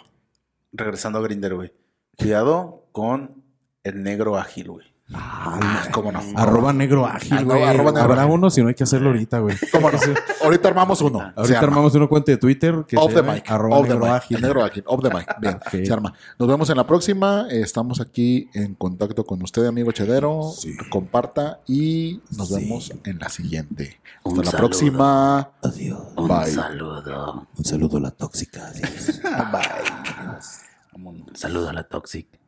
S3: Regresando a Grinder, güey. Cuidado con el negro ágil, güey.
S2: Ah, ¿Cómo no?
S1: Arroba negro ágil,
S2: Ah, no,
S1: güey.
S2: arroba negro
S1: Habrá
S2: ágil.
S1: uno si no hay que hacerlo ahorita,
S2: [LAUGHS]
S1: güey.
S2: ¿Cómo no? Ahorita armamos uno. Se
S1: Ahorita
S2: arma.
S1: armamos una cuenta de Twitter que
S2: Off
S1: se
S2: the
S1: llame
S2: mic.
S1: arroba
S2: Off the
S1: negro
S2: mic.
S1: ágil.
S2: El negro ágil. Off the mic. Bien,
S1: [LAUGHS] Ok.
S2: se arma. Nos vemos en la próxima. Estamos aquí en contacto con usted, amigo Chedero.
S1: Sí.
S2: Comparta y nos
S1: Sí.
S2: vemos en la siguiente. Hasta
S4: Un
S2: la
S4: saludo.
S2: próxima.
S1: Adiós.
S4: Un
S2: Bye.
S4: saludo.
S1: Un saludo a la tóxica. Adiós.
S4: Un saludo a la Toxic.